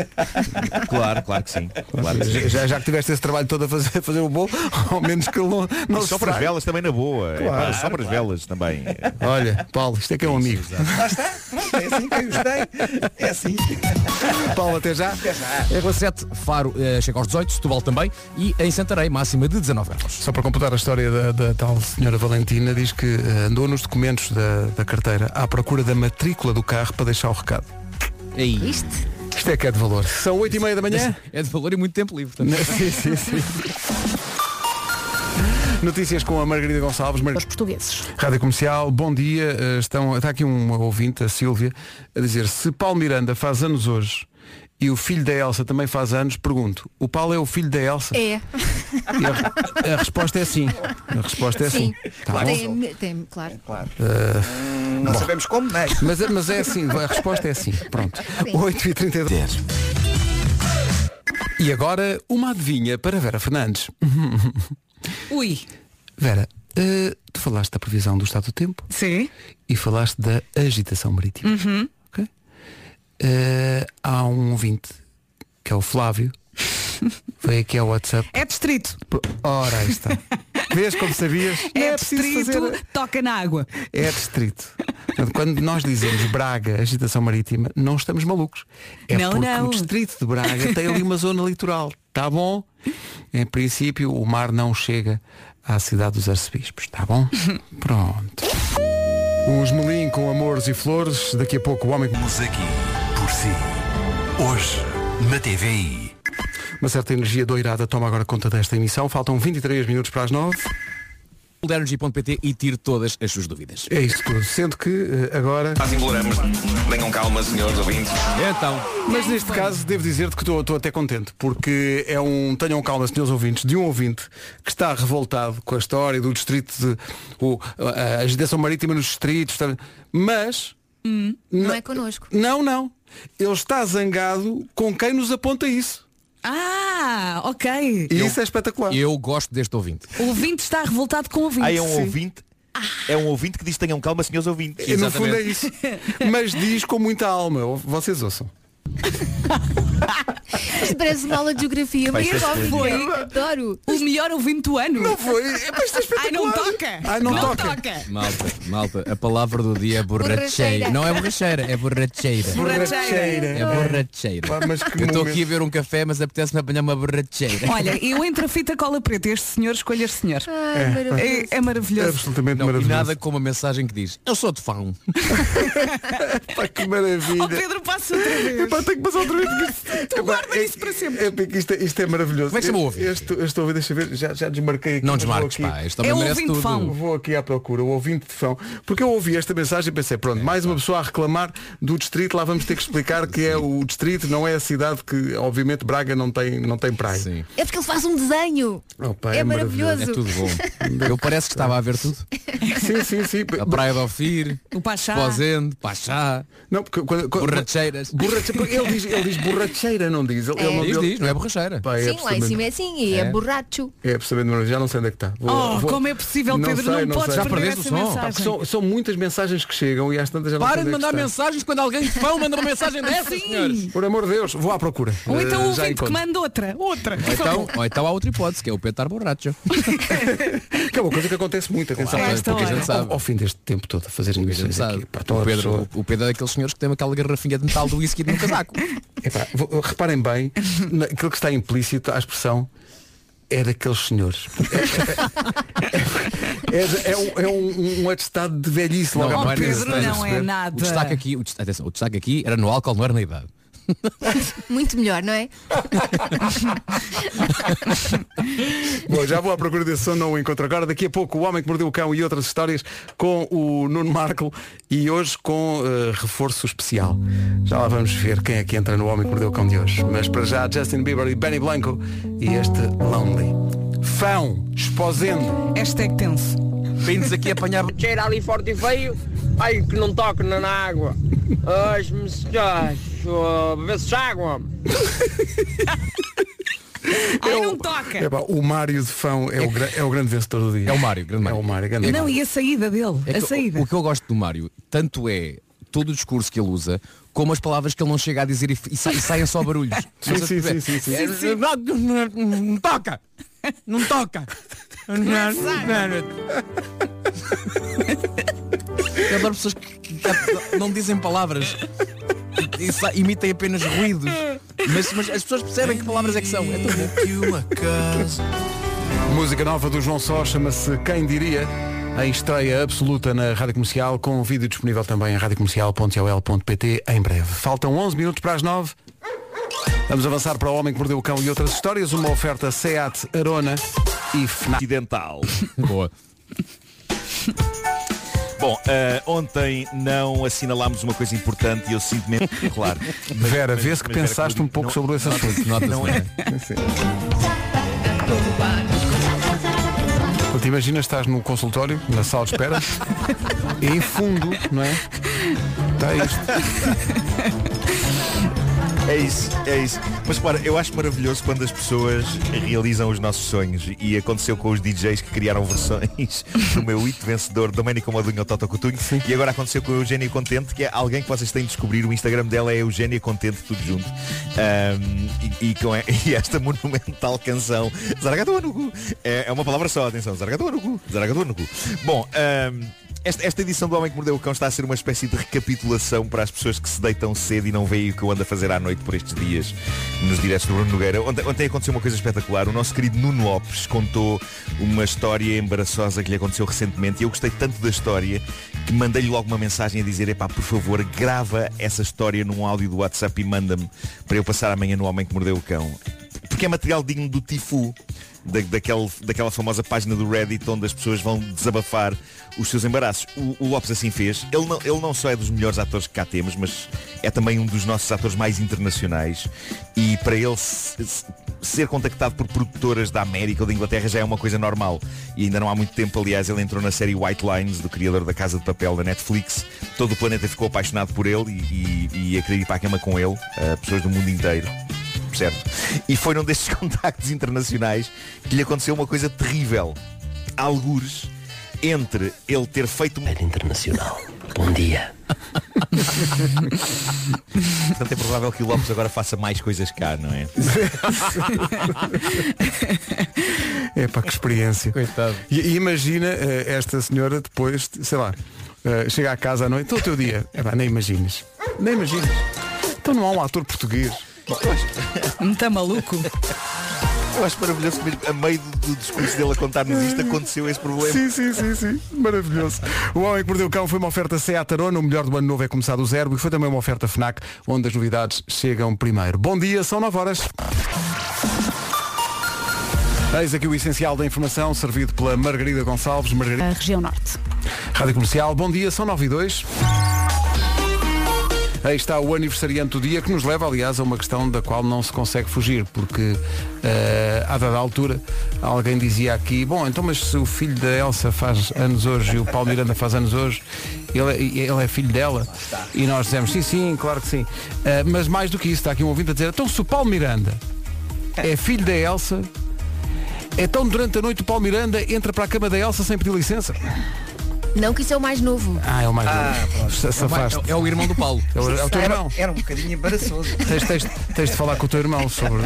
Claro, claro que sim. Claro que sim. Já, já que tiveste esse trabalho todo a fazer, fazer o bolo, ao menos que ele não, não E só se para as saia. velas também na boa. Claro, Epá, só para as velas também. Olha, Paulo, isto é que é um amigo. Lá está, pronto, é assim que eu os dei. É assim. Paulo, até já. Em relação 7, Faro eh, chega aos 18, Setúbal também e em Santarém, máxima de 19 graus. Só para completar a história da, da tal senhora Valentina, diz que eh, andou nos documentos da, da carteira à procura da matrícula do carro para deixar o recado. Isto? Isto é que é de valor. São 8 e meia da manhã. É de valor e muito tempo livre. também. Sim, sim, sim. Notícias com a Margarida Gonçalves. Os portugueses. Rádio Comercial, bom dia. Eh, Estão, está aqui uma ouvinte, a Sílvia, a dizer se Paulo Miranda faz anos hoje e o filho da Elsa também faz anos, pergunto, o Paulo é o filho da Elsa? É. E a, a resposta é sim. A resposta é sim. Tá bom? Tem, tem, claro. Eh, Não bom. sabemos como, mas. Mas, é- mas é assim, a resposta é sim. Pronto. 8 e 32 E agora, uma adivinha para Vera Fernandes. Ui. Vera, eh, tu falaste da previsão do estado do tempo. Sim. E falaste da agitação marítima. Uhum. Eh, há um ouvinte, que é o Flávio, Foi aqui ao WhatsApp. É distrito. Ora, aí está. Vês como sabias? É, preciso distrito, toca na água. É distrito. Portanto, quando nós dizemos Braga, agitação marítima, não estamos malucos. É Não, porque não. o distrito de Braga tem ali uma zona litoral. Tá bom? Em princípio, o mar não chega à cidade dos arcebispos. Tá bom? Pronto. Os Melim com Amores e Flores. Daqui a pouco o homem... aqui por si. Hoje, na TVI. Uma certa energia doirada toma agora conta desta emissão. Faltam 23 minutos para as 9. Energy.pt e tire todas as suas dúvidas. É isso tudo. Sendo que eh, agora. Nós imploramos, tenham calma, senhores ouvintes. Então. Mas neste caso devo dizer-te que estou estou até contente, porque é um. Tenham calma, senhores ouvintes, de um ouvinte que está revoltado com a história do distrito de. o- a a agitação marítima nos distritos. está- Mas. Não é connosco. Não, não. Ele está zangado com quem nos aponta isso. Ah, ok. E isso é espetacular. Eu gosto deste ouvinte. O ouvinte está revoltado com o ouvinte. Ah, é um ouvinte? É um ouvinte que diz tenham calma, senhores ouvintes. E no fundo é isso. Mas diz com muita alma. Vocês ouçam. Isto parece uma aula de geografia, Vai mas ser qual escolhido. foi? Adoro. O melhor ouvinte do ano. Não foi. É, pá, isto é Ai, não toca. Ai, não toca. Malta, malta, a palavra do dia é borracheira. Borracheira. Não é borracheira, é borracheira. Borracheira. É borracheira. Pá, mas que Eu estou momento. aqui a ver um café, mas apetece-me apanhar uma borracheira. Olha, eu entre a fita cola preta, este senhor escolhe este senhor. É. é, é maravilhoso. Absolutamente não, E nada como a mensagem que diz, eu sou de fão. Pá, que maravilha. Oh, Pedro, passa outra vez. Epá, tenho que passar outra vez. porque- Epá, é, isso para sempre. É, porque isto, é, isto é maravilhoso. Como é que se chama o ouvinte? Este, este ouvinte, deixa eu ver, já, já desmarquei aqui. Não mas vou desmarques, aqui- pá, este um homem É o merece ouvinte tudo. fão. Vou aqui à procura, o ouvinte de fão. Porque eu ouvi esta mensagem e pensei, É, pronto, mais tá. uma pessoa a reclamar do distrito, lá vamos ter que explicar que é o distrito, não é a cidade que, obviamente, Braga não tem, não tem praia. Sim. É porque ele faz um desenho. é, maravilhoso. Eu parece que estava a ver tudo. Sim, sim, sim. A Praia do Ofir, o Pachá. Pozende, Pachá. Não, porque quando, quando- borracheiras. Borrache- porque ele, diz, ele diz borracheira, não diz. Ele, É. ele não, Diz, ele- diz, não é borracheira. Pá, é Sim, lá em absolutamente- cima é assim. E é, É. borracho. É absolutamente maravilhoso. Já não sei onde é que está. Oh, como é possível, Pedro? Não podes Já perder perdeste essa o som? mensagem. Pá, porque São, são muitas mensagens que chegam e às tantas já não Para sei de onde é que mandar está. mensagens quando alguém de fão manda uma mensagem dessas, Ah, Sim. senhores. Por amor de Deus, vou à procura. Ou então o Eh, já ouvinte que encontro. manda outra. Outra. Ou então, ou então há outra hipótese, que é o petar borracho. Que é uma coisa que acontece muito, atenção. Claro, pouca gente sabe. Ao, ao fim deste tempo todo a fazer emissões aqui. Pá, então o, a Pedro, pessoa- o Pedro é daqueles senhores que tem aquela garrafinha de metal do whisky no casaco. Epá, vou- reparem bem, aquilo que está implícito à expressão é daqueles senhores. É, é- é um, é um- um atestado de velhice. logo à é partida, estás é a perceber? O destaque, aqui, o, dest- atenção, o destaque aqui era no álcool, não era na idade. Muito melhor, não é? Bom, já vou à procura desse som, não o encontro agora. Daqui a pouco o Homem que Mordeu o Cão e outras histórias com o Nuno Marco e hoje com eh, reforço especial. Já lá vamos ver quem é que entra no Homem que Mordeu o Cão de hoje. Mas para já Justin Bieber e Benny Blanco e este Lonely. Fão, esposendo. Hashtag tenso. Vindos aqui apanhar. Cheira ali forte e veio. Ai, que não toque na na água. Ai-me se água. Ai, não toca. Epá, o Mário de Fão é o, gra- é o grande vencedor do dia. É o Mário, grande Mário. É o Mário, grande Não, e a saída dele? É a que o- saída. O, que eu gosto do Mário, tanto é todo o discurso que ele usa, como as palavras que ele não chega a dizer e, f- e sa- e saem só barulhos. Sim, Não sei se sim, percebe. sim, sim, sim. É- Sim, sim. Não, não, não, não toca! Não toca! Não, é não, não. Eu adoro pessoas que, que- que não dizem palavras e sa- imitem apenas ruídos. Mas, mas as pessoas percebem que palavras é que são. É tão bom. Música nova do João Só chama-se Quem Diria, em estreia absoluta na Rádio Comercial, com um vídeo disponível também em radiocomercial.ol.pt em breve. Faltam 11 minutos para as 9. Vamos avançar para O Homem que Mordeu o Cão e outras histórias, uma oferta SEAT, Arona e FNAC. Acidental. Boa. Bom, eh, ontem não assinalámos uma coisa importante e eu sinto-me... Claro. Vera, vê-se que pensaste um pouco sobre esse assunto. Nota não é. Portanto, imagina estás num consultório, na sala de espera, e em fundo, não é? Está isto. É isso, é isso. Mas para, eu acho maravilhoso quando as pessoas realizam os nossos sonhos e aconteceu com os DJs que criaram versões do meu hit vencedor Domênico Modunho Toto Coutinho e agora aconteceu com a Eugénia Contente, que é alguém que vocês têm de descobrir, o Instagram dela é Eugénia Contente, tudo junto. Ahm, e, e com a- e esta monumental canção Zaragatua no cu. É, é uma palavra só, atenção, Zaragatua no cu, Zaragatua no cu. Bom, ahm, esta, esta edição do Homem que Mordeu o Cão está a ser uma espécie de recapitulação para as pessoas que se deitam cedo e não veem o que eu ando a fazer à noite por estes dias nos diretos do Bruno Nogueira. Ontem, ontem aconteceu uma coisa espetacular. O nosso querido Nuno Lopes contou uma história embaraçosa que lhe aconteceu recentemente e eu gostei tanto da história que mandei-lhe logo uma mensagem a dizer epá, por favor, grava essa história num áudio do WhatsApp e manda-me para eu passar amanhã no Homem que Mordeu o Cão porque é material digno do Tifu, da, daquele, daquela famosa página do Reddit onde as pessoas vão desabafar os seus embaraços. O, o Lopes assim fez. Ele não, ele não só é dos melhores atores que cá temos, mas é também um dos nossos atores mais internacionais. E para ele se- se- ser contactado por produtoras da América ou da Inglaterra já é uma coisa normal. E ainda não há muito tempo, aliás, ele entrou na série White Lines, do criador da Casa de Papel da Netflix. Todo o planeta ficou apaixonado por ele e, e, e a querer ir para a cama com ele, ah, pessoas do mundo inteiro certo? E foi num destes contactos internacionais que lhe aconteceu uma coisa terrível. Algures entre ele ter feito um- uma... internacional. Bom dia. Portanto, é provável que o Lopes agora faça mais coisas cá, não é? É para que experiência. Coitado. E, e imagina eh, esta senhora depois, sei lá, eh, chega à casa à noite, todo o teu dia. É, pá, nem imaginas. Nem imaginas. Então não há um ator português. Não está maluco? Eu acho maravilhoso mesmo, a meio do, do discurso dele a contar-nos isto, aconteceu esse problema. Sim, sim, sim, sim. Maravilhoso. O Homem que Mordeu o Cão foi uma oferta Seat Arona, o melhor do ano novo é começar do zero e foi também uma oferta FNAC, onde as novidades chegam primeiro. Bom dia, são 9 horas. Eis aqui o essencial da informação, servido pela Margarida Gonçalves. Margarida. A região norte. Rádio Comercial, bom dia, são 9 e 2. Aí está o aniversariante do dia, que nos leva, aliás, a uma questão da qual não se consegue fugir, porque eh, a dada altura alguém dizia aqui, bom, então mas se o filho da Elsa faz anos hoje e o Paulo Miranda faz anos hoje, ele, é- ele é filho dela? E nós dizemos, sim, sim, claro que sim. Eh, mas mais do que isso, está aqui um ouvinte a dizer, então se o Paulo Miranda é filho da Elsa, então durante a noite o Paulo Miranda entra para a cama da Elsa sem pedir licença? Não que isso é o mais novo. Ah, é o mais Ah, novo. Se- se afaste. É o irmão do Paulo. É o, é o teu era, irmão. era um bocadinho embaraçoso. Tens, tens, tens de falar com o teu irmão sobre,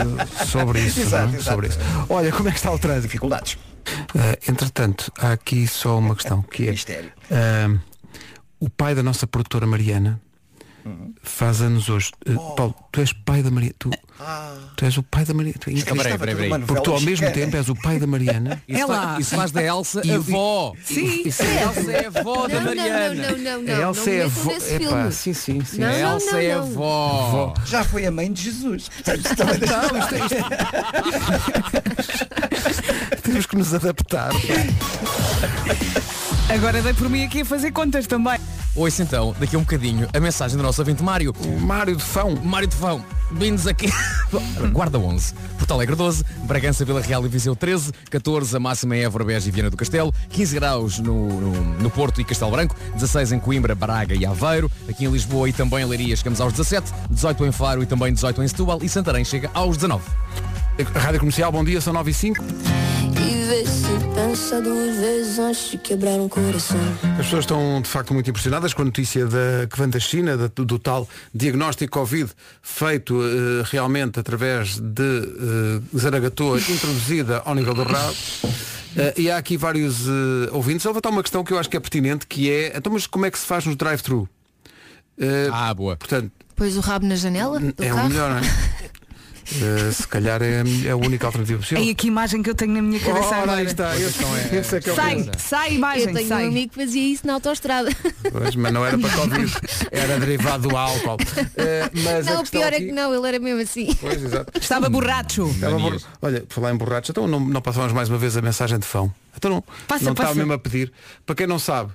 sobre isso. Exato, não é? exato. Sobre isso. Olha, como é que está o trânsito? Dificuldades. entretanto, há aqui só uma questão, que é ah, o pai da nossa produtora Mariana Uhum. faz anos hoje. Ah, Paulo, tu és pai da Mariana. Tu, tu és o pai da Mariana. Tu Ah. é incrível. Peraí, peraí, peraí. Porque tu ao Eh, mesmo tempo és o pai da Mariana. Isso, é- faz, isso faz da Elsa E- avó. Sim. Isso é Elsa é avó da Não, não, Mariana. não, não, não, A Elsa é metam avó. nesse Epá, filme. sim, sim, sim. Não, não, Elsa não, é não. avó. Já foi a mãe de Jesus. Portanto, também Não, isto é- Temos que nos adaptar. Agora dei por mim aqui a fazer contas também. Ouça então, daqui a um bocadinho, a mensagem do nosso ouvinte Mário. Mário de Fão. Mário de Fão. Vindos aqui. Guarda 11, Porto Alegre 12, Bragança, Vila Real e Viseu 13, 14 a máxima em Évora, Beja e Viana do Castelo, 15 graus no, no- no Porto e Castelo Branco, 16 em Coimbra, Braga e Aveiro, aqui em Lisboa e também em Leiria chegamos aos 17, 18 em Faro e também 18 em Setúbal e Santarém chega aos 19. Rádio Comercial, bom dia, são 9 e 5. E vê se pensa duas vezes antes de quebrar um coração. As pessoas estão de facto muito impressionadas com a notícia da, que vem da China, da- do tal diagnóstico Covid feito eh, realmente através de eh, zaragatoa introduzida ao nível do rabo. Eh, e há aqui vários eh, ouvintes. Houve até uma questão que eu acho que é pertinente, que é, então mas como é que se faz no drive-thru? Eh, ah, boa. Portanto, Pois o rabo na janela do é o carro. melhor, não é? Eh, se calhar é a, mi- é a única alternativa possível. É aqui a imagem que eu tenho na minha cabeça Ora, agora. aí está, esse, esse é que é o Sai, problema. sai imagem, Eu tenho sai. um amigo que fazia isso na autostrada. Pois, mas não era para Covid, era derivado do álcool. Eh, mas a não, o questão pior é aqui- que não, ele era mesmo assim. Pois, exato. Estava borracho. Estava bor- Olha, por falar em borrachos, então não, não passamos mais uma vez a mensagem de fão. Então não, Passa, não estava passa. mesmo a pedir. Para quem não sabe,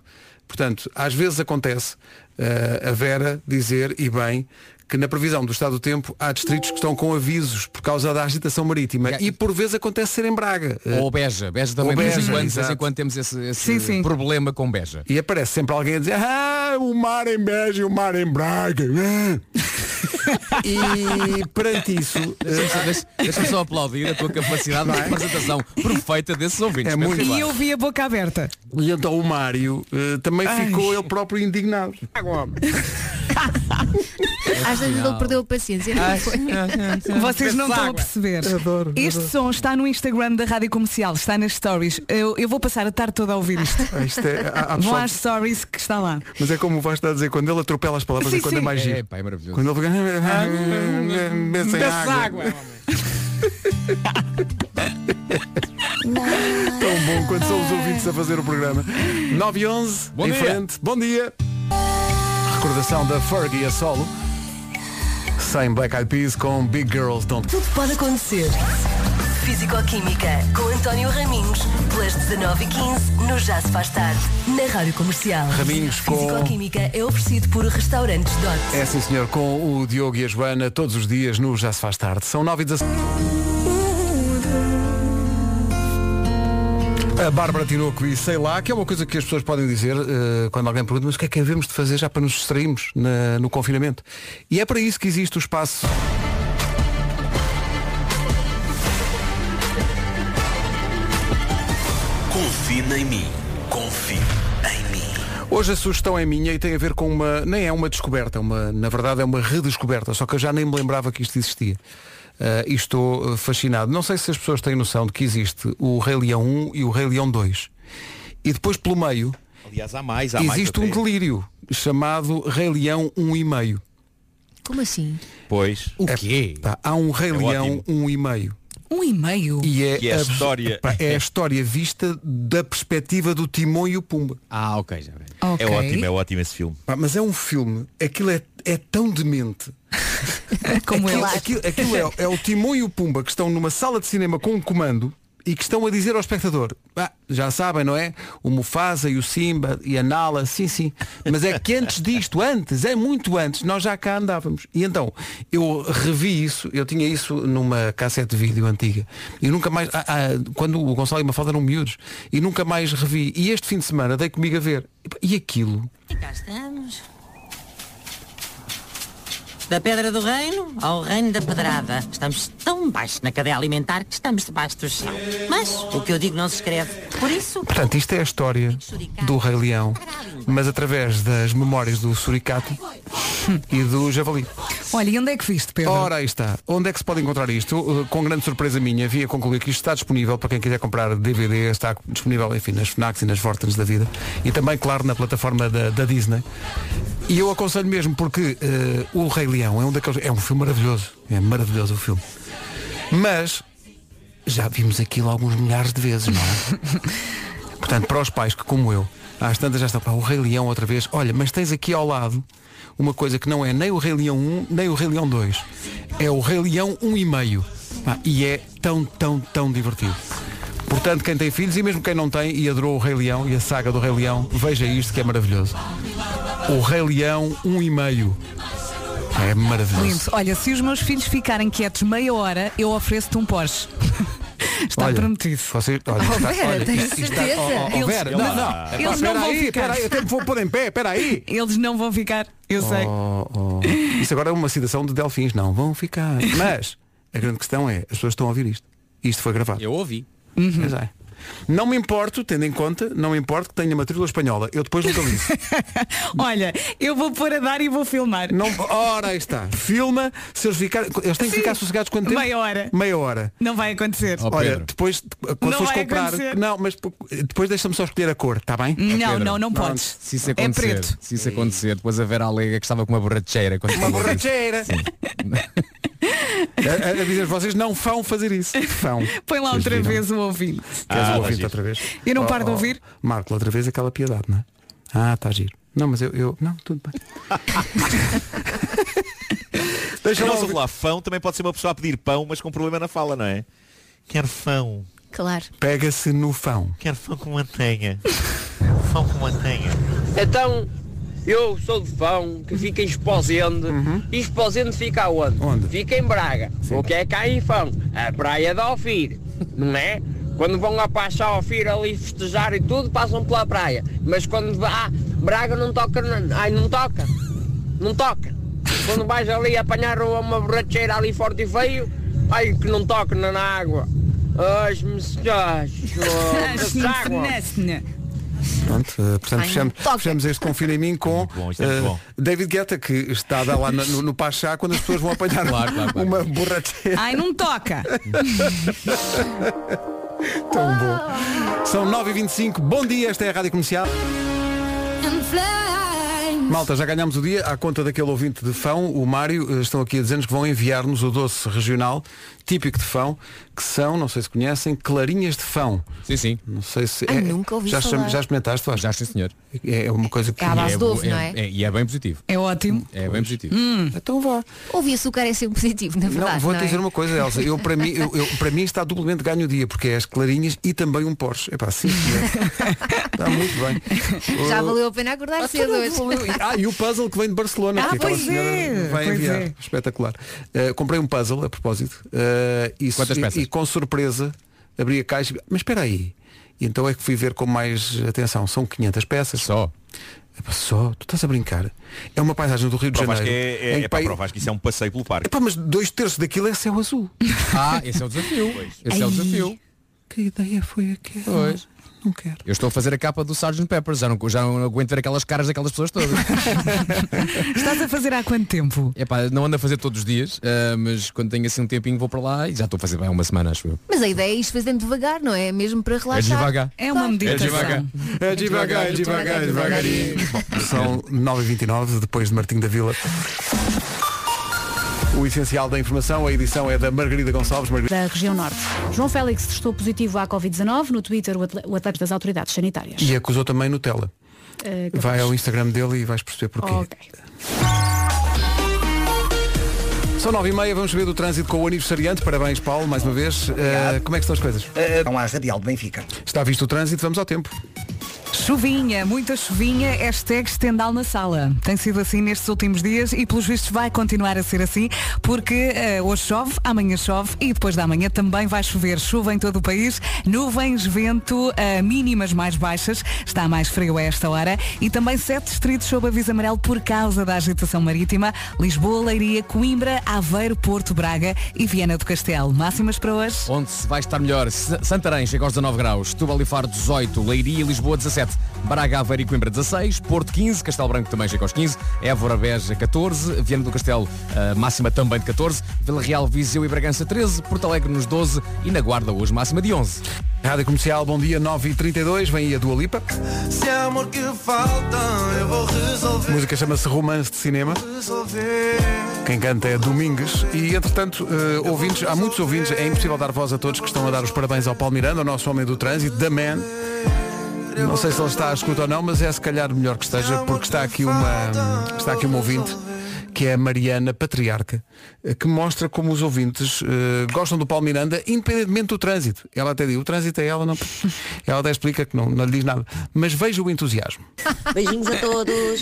portanto, às vezes acontece eh, a Vera dizer, e bem, que na previsão do estado do tempo há distritos que estão com avisos por causa da agitação marítima. E por vezes acontece ser em Braga. Eh, Ou Beja, Beja também Ou de vez em Beja, quando, de vez em exato. quando temos esse, esse problema com Beja. E aparece sempre alguém a dizer, ah, o mar em Beja e o mar em Braga. ah." E perante isso. Deixa-me deixa só aplaudir a tua capacidade de representação perfeita desses ouvintes. É muito. E eu vi a boca aberta. E então o Mário eh, também Ai. ficou ele próprio indignado. Às vezes ele perdeu a paciência. não foi? Vocês não estão a perceber. Adoro, Este adoro. som está no Instagram da Rádio Comercial, está nas stories. Eu, eu vou passar a tarde toda a ouvir isto. Isto é- há- há Vão pessoal- às stories que está lá. Mas é como o Vasco está a dizer, quando ele atropela as palavras Sim, e quando é sim. mais giro. É, pá, é maravilhoso. Quando ele fica. Pensa em Bebe-se água. água, Tão bom quando são os ouvintes a fazer o programa. 9 e 11, Bom em dia. frente. Bom dia. Recordação da Fergie a solo. Sem Black Eyed Peas com Big Girls Don't Tudo pode acontecer. Físico-Química, com António Raminhos, pelas 19h15, no Já Se Faz Tarde, na Rádio Comercial. Raminhos com- Físico-Química é oferecido por Restaurantes Dot. É sim senhor, com o Diogo e a Joana todos os dias no Já se faz tarde. São 9 e 17. A Bárbara Tinoco e sei lá, que é uma coisa que as pessoas podem dizer eh, quando alguém pergunta, mas o que é que havemos de fazer já para nos distrairmos na- no confinamento? E é para isso que existe o espaço. Confina em mim. Confie em mim. Hoje a sugestão é minha e tem a ver com uma. Nem é uma descoberta, é uma, na verdade é uma redescoberta, só que eu já nem me lembrava que isto existia. Ah, e estou ah, fascinado. Não sei se as pessoas têm noção de que existe o Rei Leão 1 e o Rei Leão 2. E depois pelo meio Aliás, há mais, há mais. é. existe um até. delírio chamado Rei Leão 1 e meio. Como assim? Pois. O quê? há um Rei É Leão 1 e meio. Um e meio. E é, Que é a abs- história- pá, é a história vista da perspectiva do Timão e o Pumba. Ah, ok, já vem. É ótimo, é ótimo esse filme. Pá, mas é um filme, aquilo é, é tão demente. Como aquilo, ele. aquilo, aquilo é, é o Timão e o Pumba que estão numa sala de cinema com um comando e que estão a dizer ao espectador, "Ah, já sabem, não é? O Mufasa e o Simba e a Nala, sim, sim. Mas é que antes disto, antes, é muito antes, nós já cá andávamos. E então, eu revi isso, eu tinha isso numa cassete de vídeo antiga. E nunca mais, ah, ah, quando o Gonçalo e a Mafalda eram miúdos, e nunca mais revi. E este fim de semana dei comigo a ver. E pá, E aquilo, E cá estamos. Da pedra do reino ao reino da pedrada. Estamos tão baixo na cadeia alimentar que estamos debaixo do chão. Mas o que eu digo não se escreve. Por isso, Portanto, isto é a história do Rei Leão, mas através das memórias do Suricato e do Javali. Olha, e onde é que viste, Pedro? Ora, aí está. Onde é que se pode encontrar isto? Uh, Com grande surpresa minha, via concluir que isto está disponível para quem quiser comprar DVD, está disponível, enfim, nas Fnacs e nas Vortens da vida. E também, claro, na plataforma da, da Disney. E eu aconselho mesmo porque uh, o Rei Leão é um daqueles. É um filme maravilhoso. É maravilhoso o filme. Mas já vimos aquilo alguns milhares de vezes, não é? Portanto, para os pais que, como eu, às tantas já estão para o Rei Leão outra vez, olha, mas tens aqui ao lado uma coisa que não é nem o Rei Leão 1, nem o Rei Leão 2. É o Rei Leão 1 e meio. Pá, E é tão, tão, tão divertido. Portanto, quem tem filhos e mesmo quem não tem e adorou o Rei Leão e a saga do Rei Leão, veja isto que é maravilhoso. O Rei Leão 1 e meio. É maravilhoso. Lindo. Olha, se os meus filhos ficarem quietos meia hora, eu ofereço-te um Porsche. Está Olha, prometido. Vocês, olha, Oh, está- Vera, olha, tenho isto- isto está- certeza. oh, oh, oh, Eles- Vera, eles- não, não. eles Epá, não espera vão aí, ficar. espera aí, eu tenho que vou pôr em pé, espera aí. Eles não vão ficar, eu sei. Oh, oh. Isso agora é uma citação de Delfins, não vão ficar. Mas a grande questão é, as pessoas estão a ouvir isto. Isto foi gravado. Eu ouvi. Pois Uhum. é. Não me importo, tendo em conta, não me importo que tenha matrícula espanhola. Eu depois localizo. Olha, eu vou pôr a dar e vou filmar. Não, ora aí está. Filma, se eles ficarem. Eles têm que Sim. ficar sossegados quanto tempo? Meia hora. Meia hora. Não vai acontecer. Olha, depois quando Não fores vai comprar. acontecer. Hum. Não, mas depois deixa-me só escolher a cor, está bem? Não, Pedro, não, não é Pronto. podes. Se É isso acontecer, se isso acontecer, depois a Vera alega que estava com uma borracheira. quando Uma falou disso. borracheira. a, a- a dizer, vocês não vão fazer isso. Vão. Põe lá Vocês outra viram? vez o ouvinte. Queres Ah, o ouvinte tá outra vez? Oh, Eu não paro de ouvir. Marco, outra vez aquela piedade, não é? Ah, está giro. Não, mas eu, eu- Não, tudo bem. Deixa nós lá, fão também pode ser uma pessoa a pedir pão, mas com problema na fala, não é? Quero fão. Claro. Pega-se no fão. Quero fão com mantenha. fão com mantenha. Então, eu sou de Fão, que fica em Esposende. Uhum. E Esposende fica aonde? Fica em Braga. O que é cá em Fão? A Praia de Alfir, não é? Quando vão lá para a Alfir ali festejar e tudo, passam pela praia. Mas quando vá, ah, Braga não toca, na- ai, não toca. Não toca. Quando vais ali apanhar uma borracheira ali forte e feio, ai que não toque na, na água. Ai, me Oh, água. Pronto, eh, portanto, Ai, fechamos, fechamos este Confira em mim com isto é eh, muito bom. David Guetta, que está a dar lá no, no, no Pachá quando as pessoas vão apanhar Claro, claro, claro. uma borracheira. Ai, não toca! é Tão bom. São 9h25. Bom dia, esta é a Rádio Comercial. Malta, já ganhámos o dia à conta daquele ouvinte de Fão, o Mário, eh, estão aqui a dizer-nos que vão enviar-nos o doce regional típico de Fão, que são, não sei se conhecem, clarinhas de Fão. Sim, sim. Não sei se é- Ai, nunca ouvi já, falar. já experimentaste, Vasco? Já, sim, senhor. É uma coisa que É à base de bo- ovo, não é? E é bem positivo. É ótimo. É bem positivo. Então vá. Houve açúcar é sempre positivo, na verdade. Não, vou não é? dizer uma coisa, Elsa. Eu, para, mim, eu, eu- para mim está duplamente ganho o dia, porque é as clarinhas e também um Porsche. É pá, sim, senhor. Está muito bem. Já Oh, valeu a pena acordar cedo hoje. Ah, e o puzzle que vem de Barcelona. Tá Ah, que aquela pois é, senhora Vai pois enviar. é. Espetacular. Uh, comprei um puzzle, a propósito. uh, e, Quantas e- peças? e com surpresa abri a caixa. e- Mas espera aí. E então é que fui ver com mais atenção. São 500 peças. Só. Só, tu estás a brincar. É uma paisagem do Rio de Prova, acho Janeiro. que é, é, em é, que pá, pai- prova, acho que isso é um passeio pelo parque. Epá, mas dois terços daquilo é céu azul. Ah, esse é o desafio. Esse é o Ai. desafio. Que ideia foi aquela? Pois. Não quero. Eu estou a fazer a capa do Sgt. Pepper, já não, já não aguento ver aquelas caras daquelas pessoas todas. Estás a fazer há quanto tempo? Epá, não ando a fazer todos os dias, ah, mas quando tenho assim um tempinho vou para lá e já estou a fazer bem há uma semana, acho eu. Mas a ideia é isto fazer devagar, não é? Mesmo para relaxar. devagar. É uma meditação. É devagar. É devagar, é devagar, é devagarinho. Bom, São 9h29, depois de Martim da Vila. O essencial da informação, a edição é da Margarida Gonçalves. Margarida. da região norte. João Félix testou positivo à Covid-19 no Twitter o atle- o atleta das autoridades sanitárias. E acusou também Nutella. Eh, capaz. Vai ao Instagram dele e vais perceber porquê. Ok. São 9h30, vamos saber do trânsito com o aniversariante. Parabéns, Paulo, mais uma vez. Eh, como é que estão as coisas? Não há radial de Benfica. Está visto o trânsito, vamos ao tempo. Chuvinha, muita chuvinha, hashtag estendal na sala. Tem sido assim nestes últimos dias e pelos vistos vai continuar a ser assim, porque eh, hoje chove, amanhã chove e depois da manhã também vai chover. Chuva em todo o país, nuvens, vento, eh, mínimas mais baixas, está mais frio a esta hora e também sete distritos sob aviso amarelo por causa da agitação marítima. Lisboa, Leiria, Coimbra, Aveiro, Porto, Braga e Viana do Castelo. Máximas para hoje? Onde se vai estar melhor? S- Santarém chega aos 19 graus, Setúbal e Faro 18, Leiria e Lisboa 17, Braga, Aveiro e Coimbra 16, Porto 15, Castelo Branco também chega aos 15, Évora, Beja 14, Viana do Castelo eh, máxima também de 14, Vila Real, Viseu e Bragança 13, Porto Alegre nos 12 e na Guarda hoje máxima de 11. Rádio Comercial, bom dia, 9h32, vem aí a Dua Lipa. Se é amor que falta, eu vou A resolver. música chama-se Romance de Cinema. resolver. Quem canta é Domingues e entretanto eh, ouvintes, há muitos ouvintes, é impossível dar voz a todos que estão a dar os parabéns ao Paulo Miranda, ao nosso homem do trânsito, da Man. Não sei se ele está à escuta ou não, mas é se calhar melhor que esteja, porque está aqui uma, está aqui uma ouvinte, que é a Mariana Patriarca, eh, que mostra como os ouvintes eh, gostam do Paulo Miranda, independentemente do trânsito. Ela até diz, o trânsito é ela, não. Ela até explica que não, não lhe diz nada. Mas veja o entusiasmo. Beijinhos a todos.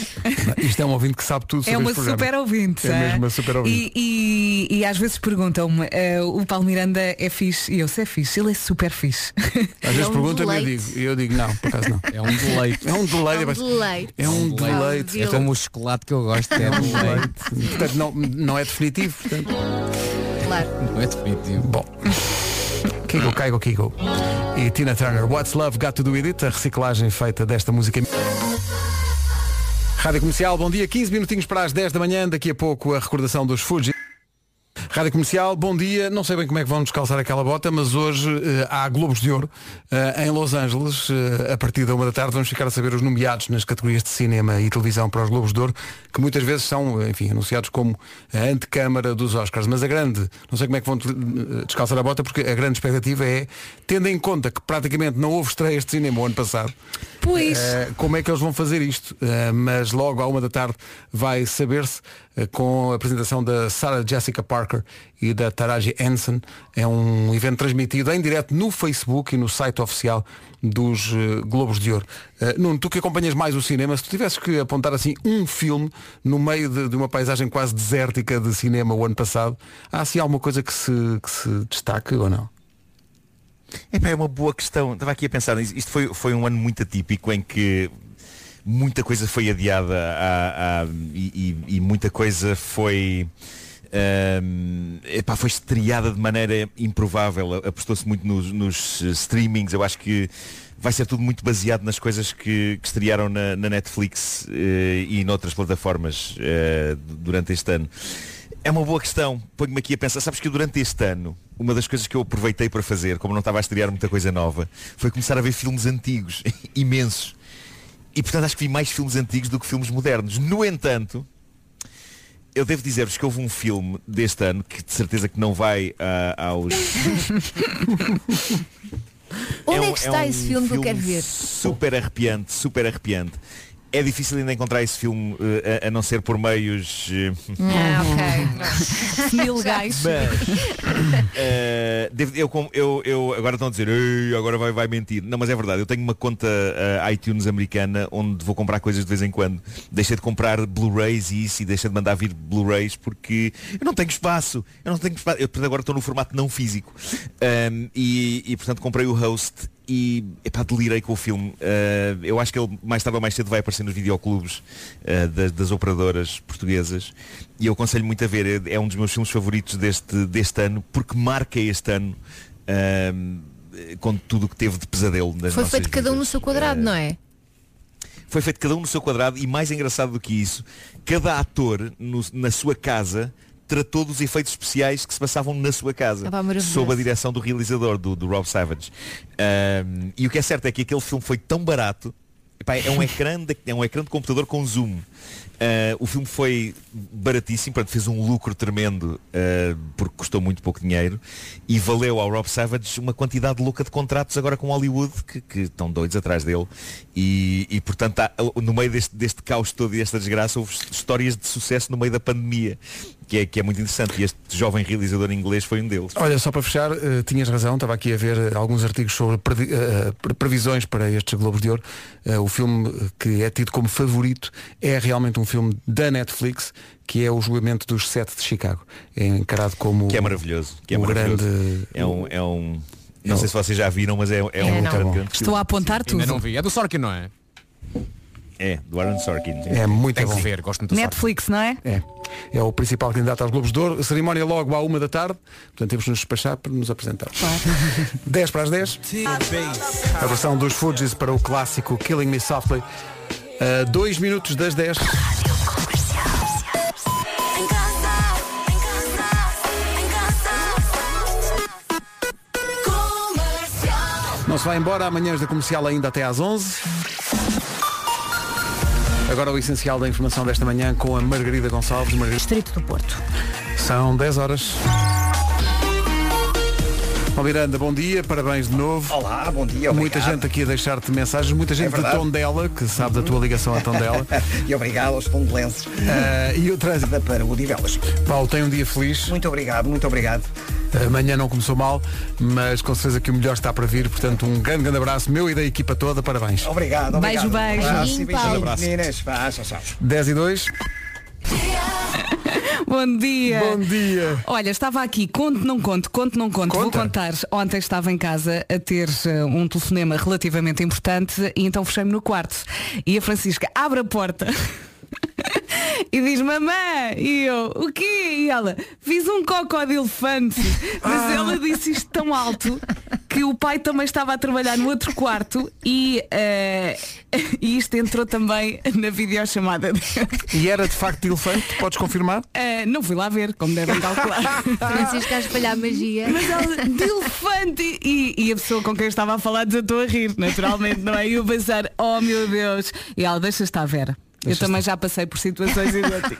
Isto é um ouvinte que sabe tudo sobre É uma este programa. super ouvinte. É ah. mesmo uma super ouvinte. E, e- e às vezes perguntam-me, eh, o Paulo Miranda é fixe e eu sei é fixe, ele é super fixe. Às vezes pergunta-me e eu digo, eu digo não, por acaso não. É um deleite. É um deleite. mas- É um deleite. É como o chocolate que eu gosto, é um deleite. Portanto, não, não é definitivo. Portanto. Claro. Não é definitivo. Bom. Kigo, Caigo, Kigo. E Tina Turner, What's Love Got to Do With It? A reciclagem feita desta música. Rádio Comercial, bom dia. 15 minutinhos para as 10 da manhã. Daqui a pouco a recordação dos Fuji. Rádio Comercial, bom dia. Não sei bem como é que vão descalçar aquela bota, mas hoje eh, há Globos de Ouro eh, em Los Angeles. Eh, a partir da uma da tarde vamos ficar a saber os nomeados nas categorias de cinema e televisão para os Globos de Ouro, que muitas vezes são, eh, enfim, anunciados como a antecâmara dos Oscars. Mas a grande, não sei como é que vão eh, descalçar a bota, porque a grande expectativa é, tendo em conta que praticamente não houve estreias de cinema o ano passado, Pois. eh, como é que eles vão fazer isto? Eh, mas logo à uma da tarde vai saber-se eh, com a apresentação da Sarah Jessica Parker e da Taraji Henson. É um evento transmitido em direto no Facebook e no site oficial dos eh, Globos de Ouro. Eh, Nuno, tu que acompanhas mais o cinema, se tu tivesses que apontar assim um filme no meio de, de uma paisagem quase desértica de cinema o ano passado, há assim alguma coisa que se, que se destaque ou não? Epá, é uma boa questão. Estava aqui a pensar nisso. Isto foi, foi um ano muito atípico em que muita coisa foi adiada à- à- e, e- e muita coisa foi. ahm, epá, foi estreada de maneira improvável, apostou-se muito nos, nos eh, streamings, eu acho que vai ser tudo muito baseado nas coisas que, que estrearam na, na Netflix eh, e noutras plataformas eh, durante este ano. É uma boa questão. Ponho-me aqui a pensar. Sabes que durante este ano, uma das coisas que eu aproveitei para fazer, como não estava a estrear muita coisa nova, foi começar a ver filmes antigos, imensos. E portanto acho que vi mais filmes antigos do que filmes modernos. No entanto, eu devo dizer-vos que houve um filme deste ano que de certeza que não vai ah, aos. Onde é, um- que está um esse filme, que eu quero ver? Super arrepiante, super arrepiante. É difícil ainda encontrar esse filme eh, a, a não ser por meios. eh, Uhum. ok. Mil gais. Eh, devo- eu, com- eu- eu- agora estão a dizer, "Ei, agora vai, vai mentir. Não, mas é verdade, eu tenho uma conta eh, iTunes americana onde vou comprar coisas de vez em quando. Deixei de comprar Blu-rays e isso e deixei de mandar vir Blu-rays porque eu não tenho espaço. Eu não tenho espaço. Eu portanto, agora estou no formato não físico. Ahm, e, e, portanto comprei o host e epá, delirei com o filme. Eh, eu acho que ele mais tarde ou mais cedo vai aparecer nos videoclubes eh, das, das operadoras portuguesas e eu aconselho muito a ver. É, é um dos meus filmes favoritos deste, deste ano porque marca este ano ahm, eh, com tudo o que teve de pesadelo nas Foi nossas feito cada um no seu quadrado, não é? foi feito cada um no seu quadrado e mais engraçado do que isso, cada ator no- na sua casa tratou dos efeitos especiais que se passavam na sua casa, Ah pá, maravilhoso. sob a direção do realizador, do, do Rob Savage. Ahm, e o que é certo é que aquele filme foi tão barato, epá, é, um ecrã de, é um ecrã de computador com zoom. Ah, o filme foi baratíssimo, portanto fez um lucro tremendo ah, porque custou muito pouco dinheiro e valeu ao Rob Savage uma quantidade louca de contratos agora com Hollywood que, que estão doidos atrás dele e, e, portanto há- no meio deste, deste caos todo e desta desgraça houve histórias de sucesso no meio da pandemia que é, que é muito interessante e este jovem realizador inglês foi um deles. Olha, só para fechar, eh, tinhas razão, estava aqui a ver eh, alguns artigos sobre previ- eh, pre- previsões para estes Globos de Ouro. Eh, o filme que é tido como favorito é realmente um filme da Netflix, que é o julgamento dos sete de Chicago. É encarado como Que é maravilhoso, que é o maravilhoso. grande. É um, é um- não sei se vocês já viram, mas é, é É, um não. grande, grande Estou a apontar Ainda tudo. não vi. É do Sorkin, não é? É, do Aaron Sorkin. É muito Tem bom. que ver, gosto muito do Sorkin. Netflix, não é? É. É o principal candidato aos Globos de Ouro. A cerimónia é logo à uma da tarde, portanto temos que nos despachar para nos apresentar. 10 para as 10. A versão dos Fugees para o clássico Killing Me Softly. A 2 minutos das 10. Não se vai embora, amanhã da comercial ainda até às 11. Agora o essencial da informação desta manhã com a Margarida Gonçalves. Margarida. Distrito do Porto. São 10 horas. Bom, Miranda, bom dia, parabéns de novo. Olá, bom dia. Muita gente aqui a deixar-te mensagens, muita gente de verdade. Tondela, que sabe da tua ligação a Tondela. Eh, e obrigado aos tondelenses. e o trânsito para o Divelas. Paulo, tem um dia feliz. Muito obrigado, muito obrigado. Amanhã não começou mal, mas com certeza que o melhor está para vir. Portanto, um grande, grande abraço, meu e da equipa toda, parabéns. Obrigado, Beijo, obrigado. Um beijo. Abraço e Beijinho, Paulo. beijinho, meninas. Vá, tchau, tchau. 10 e 2. Bom dia. Bom dia. Olha, estava aqui, conto, não conto, conto, não conto. Vou contar. Ontem estava em casa a ter eh, um telefonema relativamente importante e então fechei-me no quarto. E a Francisca abre a porta. E diz mamãe, e eu, o quê? E ela, fiz um cocó de elefante. Mas Ah. ela disse isto tão alto que o pai também estava a trabalhar no outro quarto e, eh, e isto entrou também na videochamada. E era de facto elefante, podes confirmar? Eh, não fui lá ver, como devem calcular. Francisco a espalhar magia. Mas ela, de elefante! E, e a pessoa com quem eu estava a falar desatou a rir, naturalmente, não é? E eu pensar, oh meu Deus! E ela, deixa estar, Vera. eu também já passei por situações idênticas.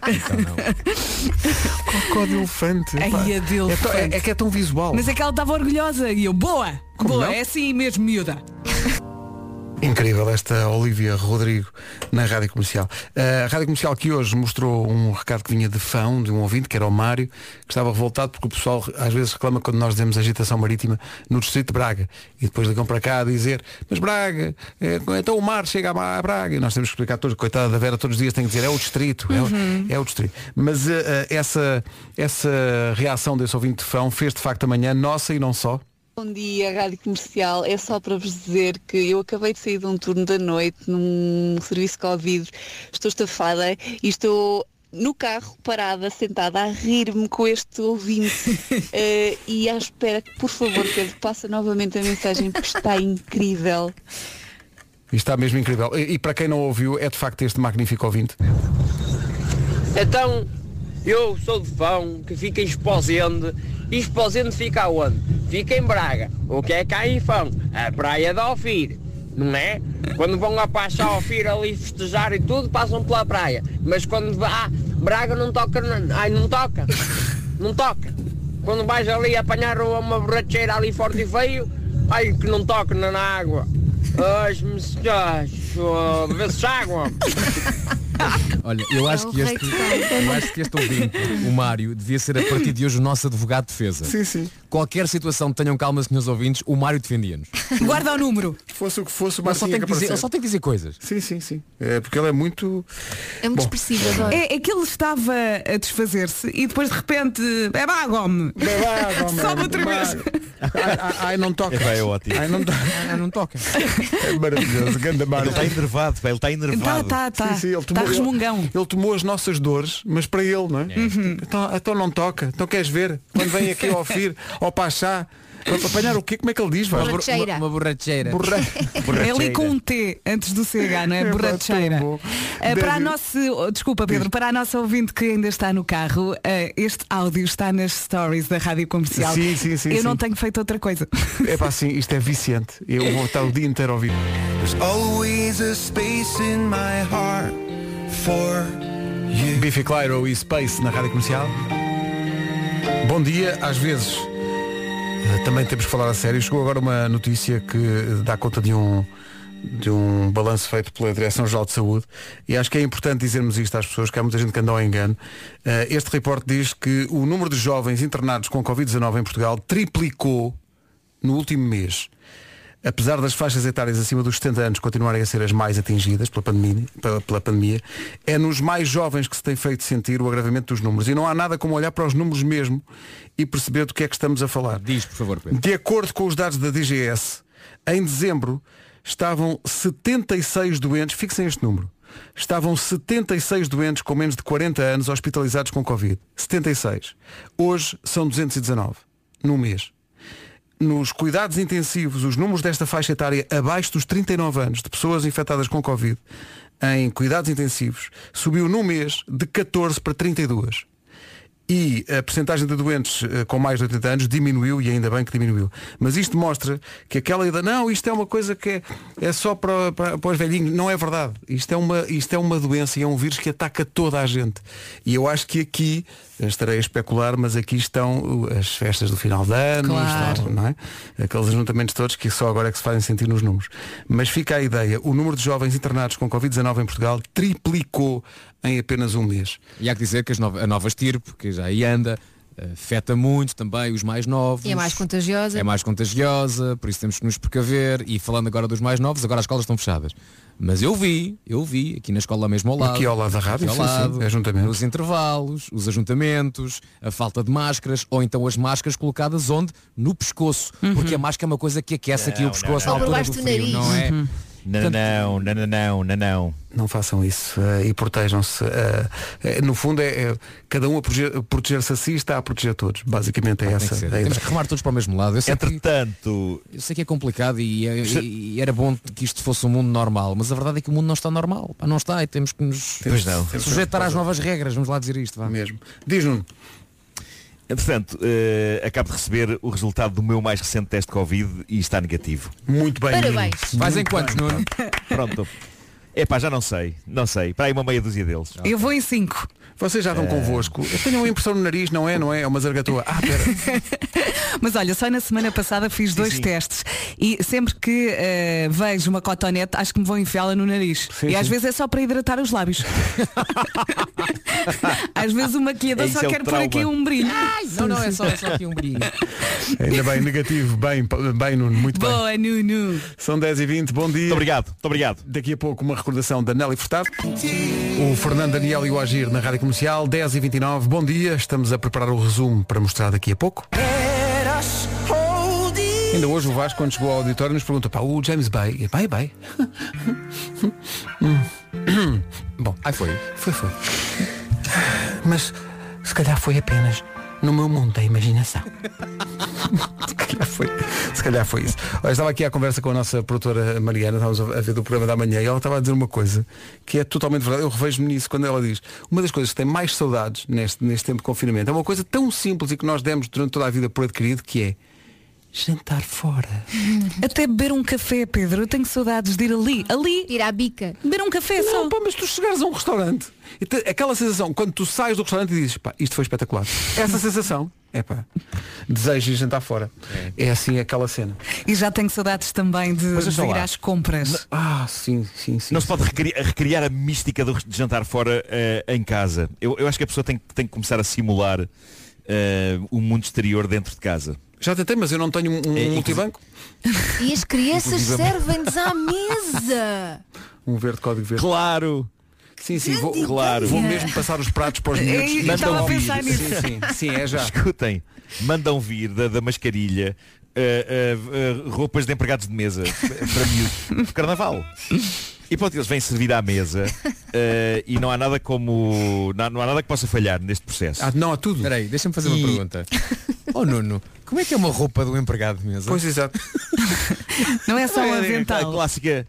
Cocó de elefante. Ai, pá. a de É tão- É, elefante. é que é tão visual. Mas é que ela estava orgulhosa e eu, boa! Como boa, não? é assim mesmo, miúda. Incrível esta Olivia Rodrigo na Rádio Comercial. A Rádio Comercial que hoje mostrou um recado que vinha de fão, de um ouvinte, que era o Mário, que estava revoltado porque o pessoal às vezes reclama quando nós dizemos agitação marítima no distrito de Braga. E depois ligam para cá a dizer, mas Braga, eh, então o mar chega a Ma- a Braga. E nós temos que explicar todos, coitada da Vera, todos os dias tem que dizer, é o distrito, é o- Uhum. é, o distrito. Mas eh, eh, essa, essa reação desse ouvinte de fão fez de facto amanhã nossa e não só. Bom dia, Rádio Comercial. É só para vos dizer que eu acabei de sair de um turno da noite num serviço Covid. Estou estafada e estou no carro, parada, sentada, a rir-me com este ouvinte Eh, e à espera que, por favor, Pedro, passa novamente a mensagem porque está incrível. Isto está mesmo incrível. E, e para quem não ouviu, é de facto este magnífico ouvinte. Então, eu sou de Fão, que fica em Esposende. E Esposende fica onde? Fica em Braga. O que é cá em Fão? A praia de Alfir. Não é? Quando vão lá para a Alfir ali festejar e tudo, passam pela praia. Mas quando vá, ah, Braga não toca. na- Ai, não toca. Não toca. Quando vais ali apanhar uma borracheira ali forte e feio, ai que não toca na na água. Ai, me se água. Olha, eu acho, É o que rei este, de Espanha. eu acho que este ouvinte, o Mário, devia ser a partir de hoje o nosso advogado de defesa. Sim, sim. Qualquer situação, tenham calma, senhores ouvintes, o Mário defendia-nos. Guarda o número. Fosse o que fosse, o Mas só Marco tinha tem que aparecer. dizer, ele só tem que dizer coisas. Sim, sim, sim. É, porque ele é muito. É muito expressivo agora. É, é que ele estava a desfazer-se e depois de repente é bagome. Bebagome. Sobe outra vez. Ai, ai, ai, não toca. Epá, é ótimo. Ai, não, to- Ah, não toca. É maravilhoso, ganda Ele Mário. está enervado, pá, ele está enervado. Tá, tá, tá. Sim, sim, ele Tá tomou- resmungão. Ele, ele tomou as nossas dores, mas para ele, não é? Então, então não toca. Então queres ver? Quando vem aqui ao FIR, ao Pachá, para apanhar o quê? Como é que ele diz? Vasco? Borracheira. Uma borracheira. Borra- É ali com um T antes do CH, não é? É, pá, Borracheira. tão bom. Ah, para a Deve- nossa, oh, desculpa Pedro, para a nossa ouvinte que ainda está no carro, ah, este áudio está nas stories da Rádio Comercial. Sim, sim, sim, Eu sim. não tenho feito outra coisa. É pá, sim, isto é viciante. Eu vou estar o dia inteiro a ouvir. Always a space in my heart for Biffy Clyro e Space na Rádio Comercial. Bom dia, às vezes eh, também temos que falar a sério. Chegou agora uma notícia que eh, dá conta de um de um balanço feito pela Direção-Geral de Saúde e acho que é importante dizermos isto às pessoas que há muita gente que anda ao engano Eh, este reporte diz que o número de jovens internados com Covid-19 em Portugal triplicou no último mês apesar das faixas etárias acima dos 70 anos continuarem a ser as mais atingidas pela pandemia, pela, pela pandemia, é nos mais jovens que se tem feito sentir o agravamento dos números. E não há nada como olhar para os números mesmo e perceber do que é que estamos a falar. Diz, por favor, Pedro. De acordo com os dados da DGS, em dezembro estavam 76 doentes, fixem este número, estavam 76 doentes com menos de 40 anos hospitalizados com Covid. 76. Hoje são 219, num mês. Nos cuidados intensivos, os números desta faixa etária abaixo dos 39 anos de pessoas infectadas com Covid em cuidados intensivos subiu num mês de 14 para 32 e a percentagem de doentes eh, com mais de 80 anos diminuiu e ainda bem que diminuiu. Mas isto mostra que aquela ideia, não, isto é uma coisa que é, é só para, para, para os velhinhos, não é verdade. Isto é, uma, isto é uma doença e é um vírus que ataca toda a gente. E eu acho que aqui, eu estarei a especular, mas aqui estão uh, as festas do final de ano, Claro. estão, não é? aqueles ajuntamentos todos que só agora é que se fazem sentir nos números. Mas fica a ideia, o número de jovens internados com Covid-19 em Portugal triplicou em apenas um mês. E há que dizer que as nova, a nova estirpe, que já aí anda, afeta muito também os mais novos. E é mais contagiosa. É mais contagiosa, por isso temos que nos precaver. E falando agora dos mais novos, agora as escolas estão fechadas. Mas eu vi, eu vi, aqui na escola mesmo ao lado. Aqui ao lado da rádio, aqui sim, é ao sim, lado, ajuntamento. Os intervalos, os ajuntamentos, a falta de máscaras, ou então as máscaras colocadas onde? No pescoço. Uhum. Porque a máscara é uma coisa que aquece aqui o Não, pescoço não, à não. Ou altura por baixo do do frio, nariz. não é? Uhum. Não, não, não, não, não, não, não. Não façam isso eh, e protejam-se. eh, eh, no fundo é, é cada um a proteger- a proteger-se a si está a proteger todos. Basicamente é Ah, Tem que essa. ser. a Temos ideia. que remar todos para o mesmo lado. Eu sei Entretanto. Que, eu sei que é complicado e, é- e- e era bom que isto fosse um mundo normal, mas a verdade é que o mundo não está normal. Pá, não está e temos que nos Pois não. sujeitar às novas regras. Vamos lá dizer isto. Vá. Mesmo. Diz Nuno. Entretanto, eh, acabo de receber o resultado do meu mais recente teste Covid e está negativo. Muito bem. Parabéns. Nuno. Fazem Muito quantos, bem. Nuno? Pronto. Epá, já não sei. Não sei. Para aí uma meia dúzia Ah. deles. Eu vou em 5. Vocês já Eh, estão convosco. Eu tenho uma impressão no nariz, não é? Não é? É uma zargatua. Ah, pera. Mas olha, só na semana passada fiz dois sim. testes e sempre que eh, vejo uma cotonete acho que me vou enfiá-la no nariz. Sim, e às sim. vezes é só para hidratar os lábios. às vezes o maquilhador Esse só é o quer pôr trauma. aqui um brilho. não, não, é só- é só aqui um brilho. Ainda bem, negativo. Bem, pa- bem Nuno. Muito bem. Boa, Nuno. São 10h20. Bom dia. Muito obrigado. Muito obrigado. Daqui a pouco uma recordação da Nelly Furtado. O Fernando Daniel e o Agir na Rádio Comercial. 10h29. Bom dia. Estamos a preparar o resumo para mostrar daqui a pouco. Let us hold it. Ainda hoje o Vasco, quando chegou ao auditório, nos pergunta, pá, o James Bay, e Bay, Bay. Hum. Bom, aí foi. Foi, foi. Mas se calhar foi apenas no meu mundo da imaginação. se, calhar foi, se calhar foi isso. Olha, estava aqui à conversa com a nossa produtora Mariana, estávamos a a ver do programa da manhã, e ela estava a dizer uma coisa que é totalmente verdade. Eu revejo-me nisso quando ela diz, uma das coisas que tem mais saudades neste, neste tempo de confinamento é uma coisa tão simples e que nós demos durante toda a vida por adquirido, que é jantar fora. Até beber um café, Pedro. Eu tenho saudades de ir ali. Ali. Ir à bica. Beber um café só. Não, pá, mas tu chegares a um restaurante e te- aquela sensação, quando tu sais do restaurante e dizes, pá, isto foi espetacular. Essa sensação, é pá, desejo ir jantar fora. É, assim aquela cena. E já tenho saudades também de, Mas de deixa ir lá. às compras. Ah, sim, sim, sim. Não se pode recri- recriar, a mística do res- de jantar fora eh, em casa. Eu, eu acho que a pessoa tem, que- tem que começar a simular eh, o mundo exterior dentro de casa. Já tentei, mas eu não tenho um, um multibanco. E as crianças Inclusive- é servem-nos à mesa. Um verde código verde. Claro! Sim, sim, vou, Claro. vou mesmo passar os pratos para os miúdos. Mandam vir. Sim, sim, sim, é já. Escutem, mandam vir da, da mascarilha eh, eh, eh, roupas de empregados de mesa para para miúdos. Carnaval. E pronto, eles vêm servir à mesa eh, e não há nada como. Não, há- não há nada que possa falhar neste processo. Ah, não há tudo. Peraí, deixa-me fazer uma pergunta. Oh Nuno, como é que é uma roupa do empregado de mesa? Pois exato. Não é só um É, é, é, avental. A clássica.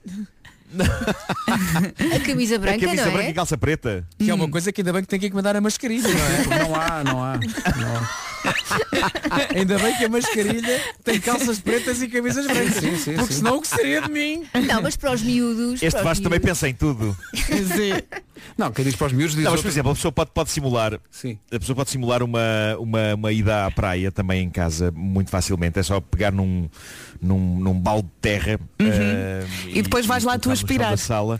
A camisa branca, a camisa não branca é? e calça preta. Que é uma coisa que ainda bem que tem que encomendar a mascarilha, não é? Não há, não há. Ainda bem que a mascarilha tem calças pretas e camisas brancas. Sim, sim, porque sim. senão o que seria de mim? Não, mas para os miúdos. Este para os Vasco também miúdos. pensa em tudo. Não, quem diz para os miúdos diz Não, mas, é. por outro. exemplo, a pessoa pode, pode simular. A pessoa pode simular uma, uma, uma ida à praia também em casa muito facilmente. É só pegar num, num, num balde de terra Uhum. eh, E depois vais lá tu colocar no aspirar. chão da sala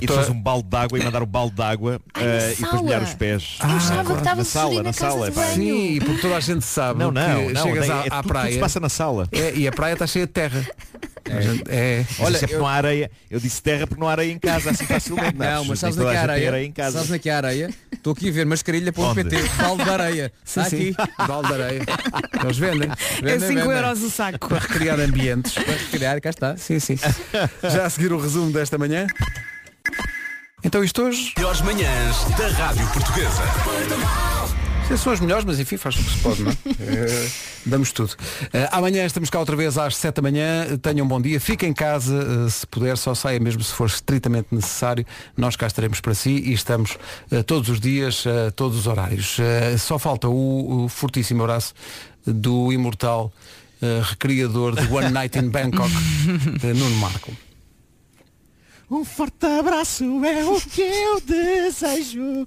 e depois um balde de água e mandar o balde de água eh, e depois sala. molhar os pés. Ah, Eu achava que estava na a sugerir sala, na na casa sala, de pá. banho. Sim, porque toda a gente sabe Não, não, que não, chegas não, é à, à tudo- tudo praia. se passa na sala. É, e a praia está cheia de terra. A gente- É. Olha, eu... não há areia. Eu disse terra porque não há areia em casa, assim facilmente. Não, mas sabes nem toda a na que há gente tem areia? areia em casa. Sabes na que há areia? Estou aqui a ver mascarilha.pt, Onde? balde de areia. Sim, Está sim. tá aqui. Balde de areia. Eles vendem. É Vendem, 5 vendem. euros o saco. Para recriar ambientes. Para recriar, cá está. Sim, sim. Já a seguir o resumo desta manhã. Então isto hoje. Melhores manhãs da Rádio Portuguesa. Sim, São as melhores, mas enfim, faz o que se pode, não é? Eh, Damos tudo. Eh, amanhã estamos cá outra vez às 7 da manhã. Tenham um bom dia. Fiquem em casa, eh, se puder, só saia mesmo se for estritamente necessário. Nós cá estaremos para si e estamos eh, todos os dias, eh, todos os horários. Eh, só falta o, o fortíssimo abraço do imortal eh, recriador de One Night in Bangkok, eh, Nuno Marco. Um forte abraço é o que eu desejo.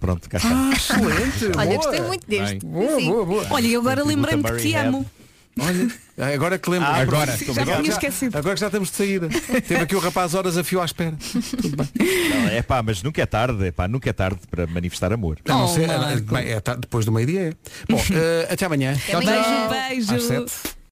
Pronto, cá está. excelente! Olha, gostei muito deste. Boa, Sim. boa, boa. Olha, e agora lembrei-me que te amo. Olha, agora que lembro. Ah, agora. agora. Já tinha esquecido. Agora que já estamos de saída. Teve aqui o rapaz horas a fio à espera. Não, é pá, mas nunca é tarde, é pá, nunca é tarde para manifestar amor. A é, tá, não ser, bem, é tarde, depois do meio-dia. é. Bom, eh, até amanhã. Beijo, beijo. Às sete.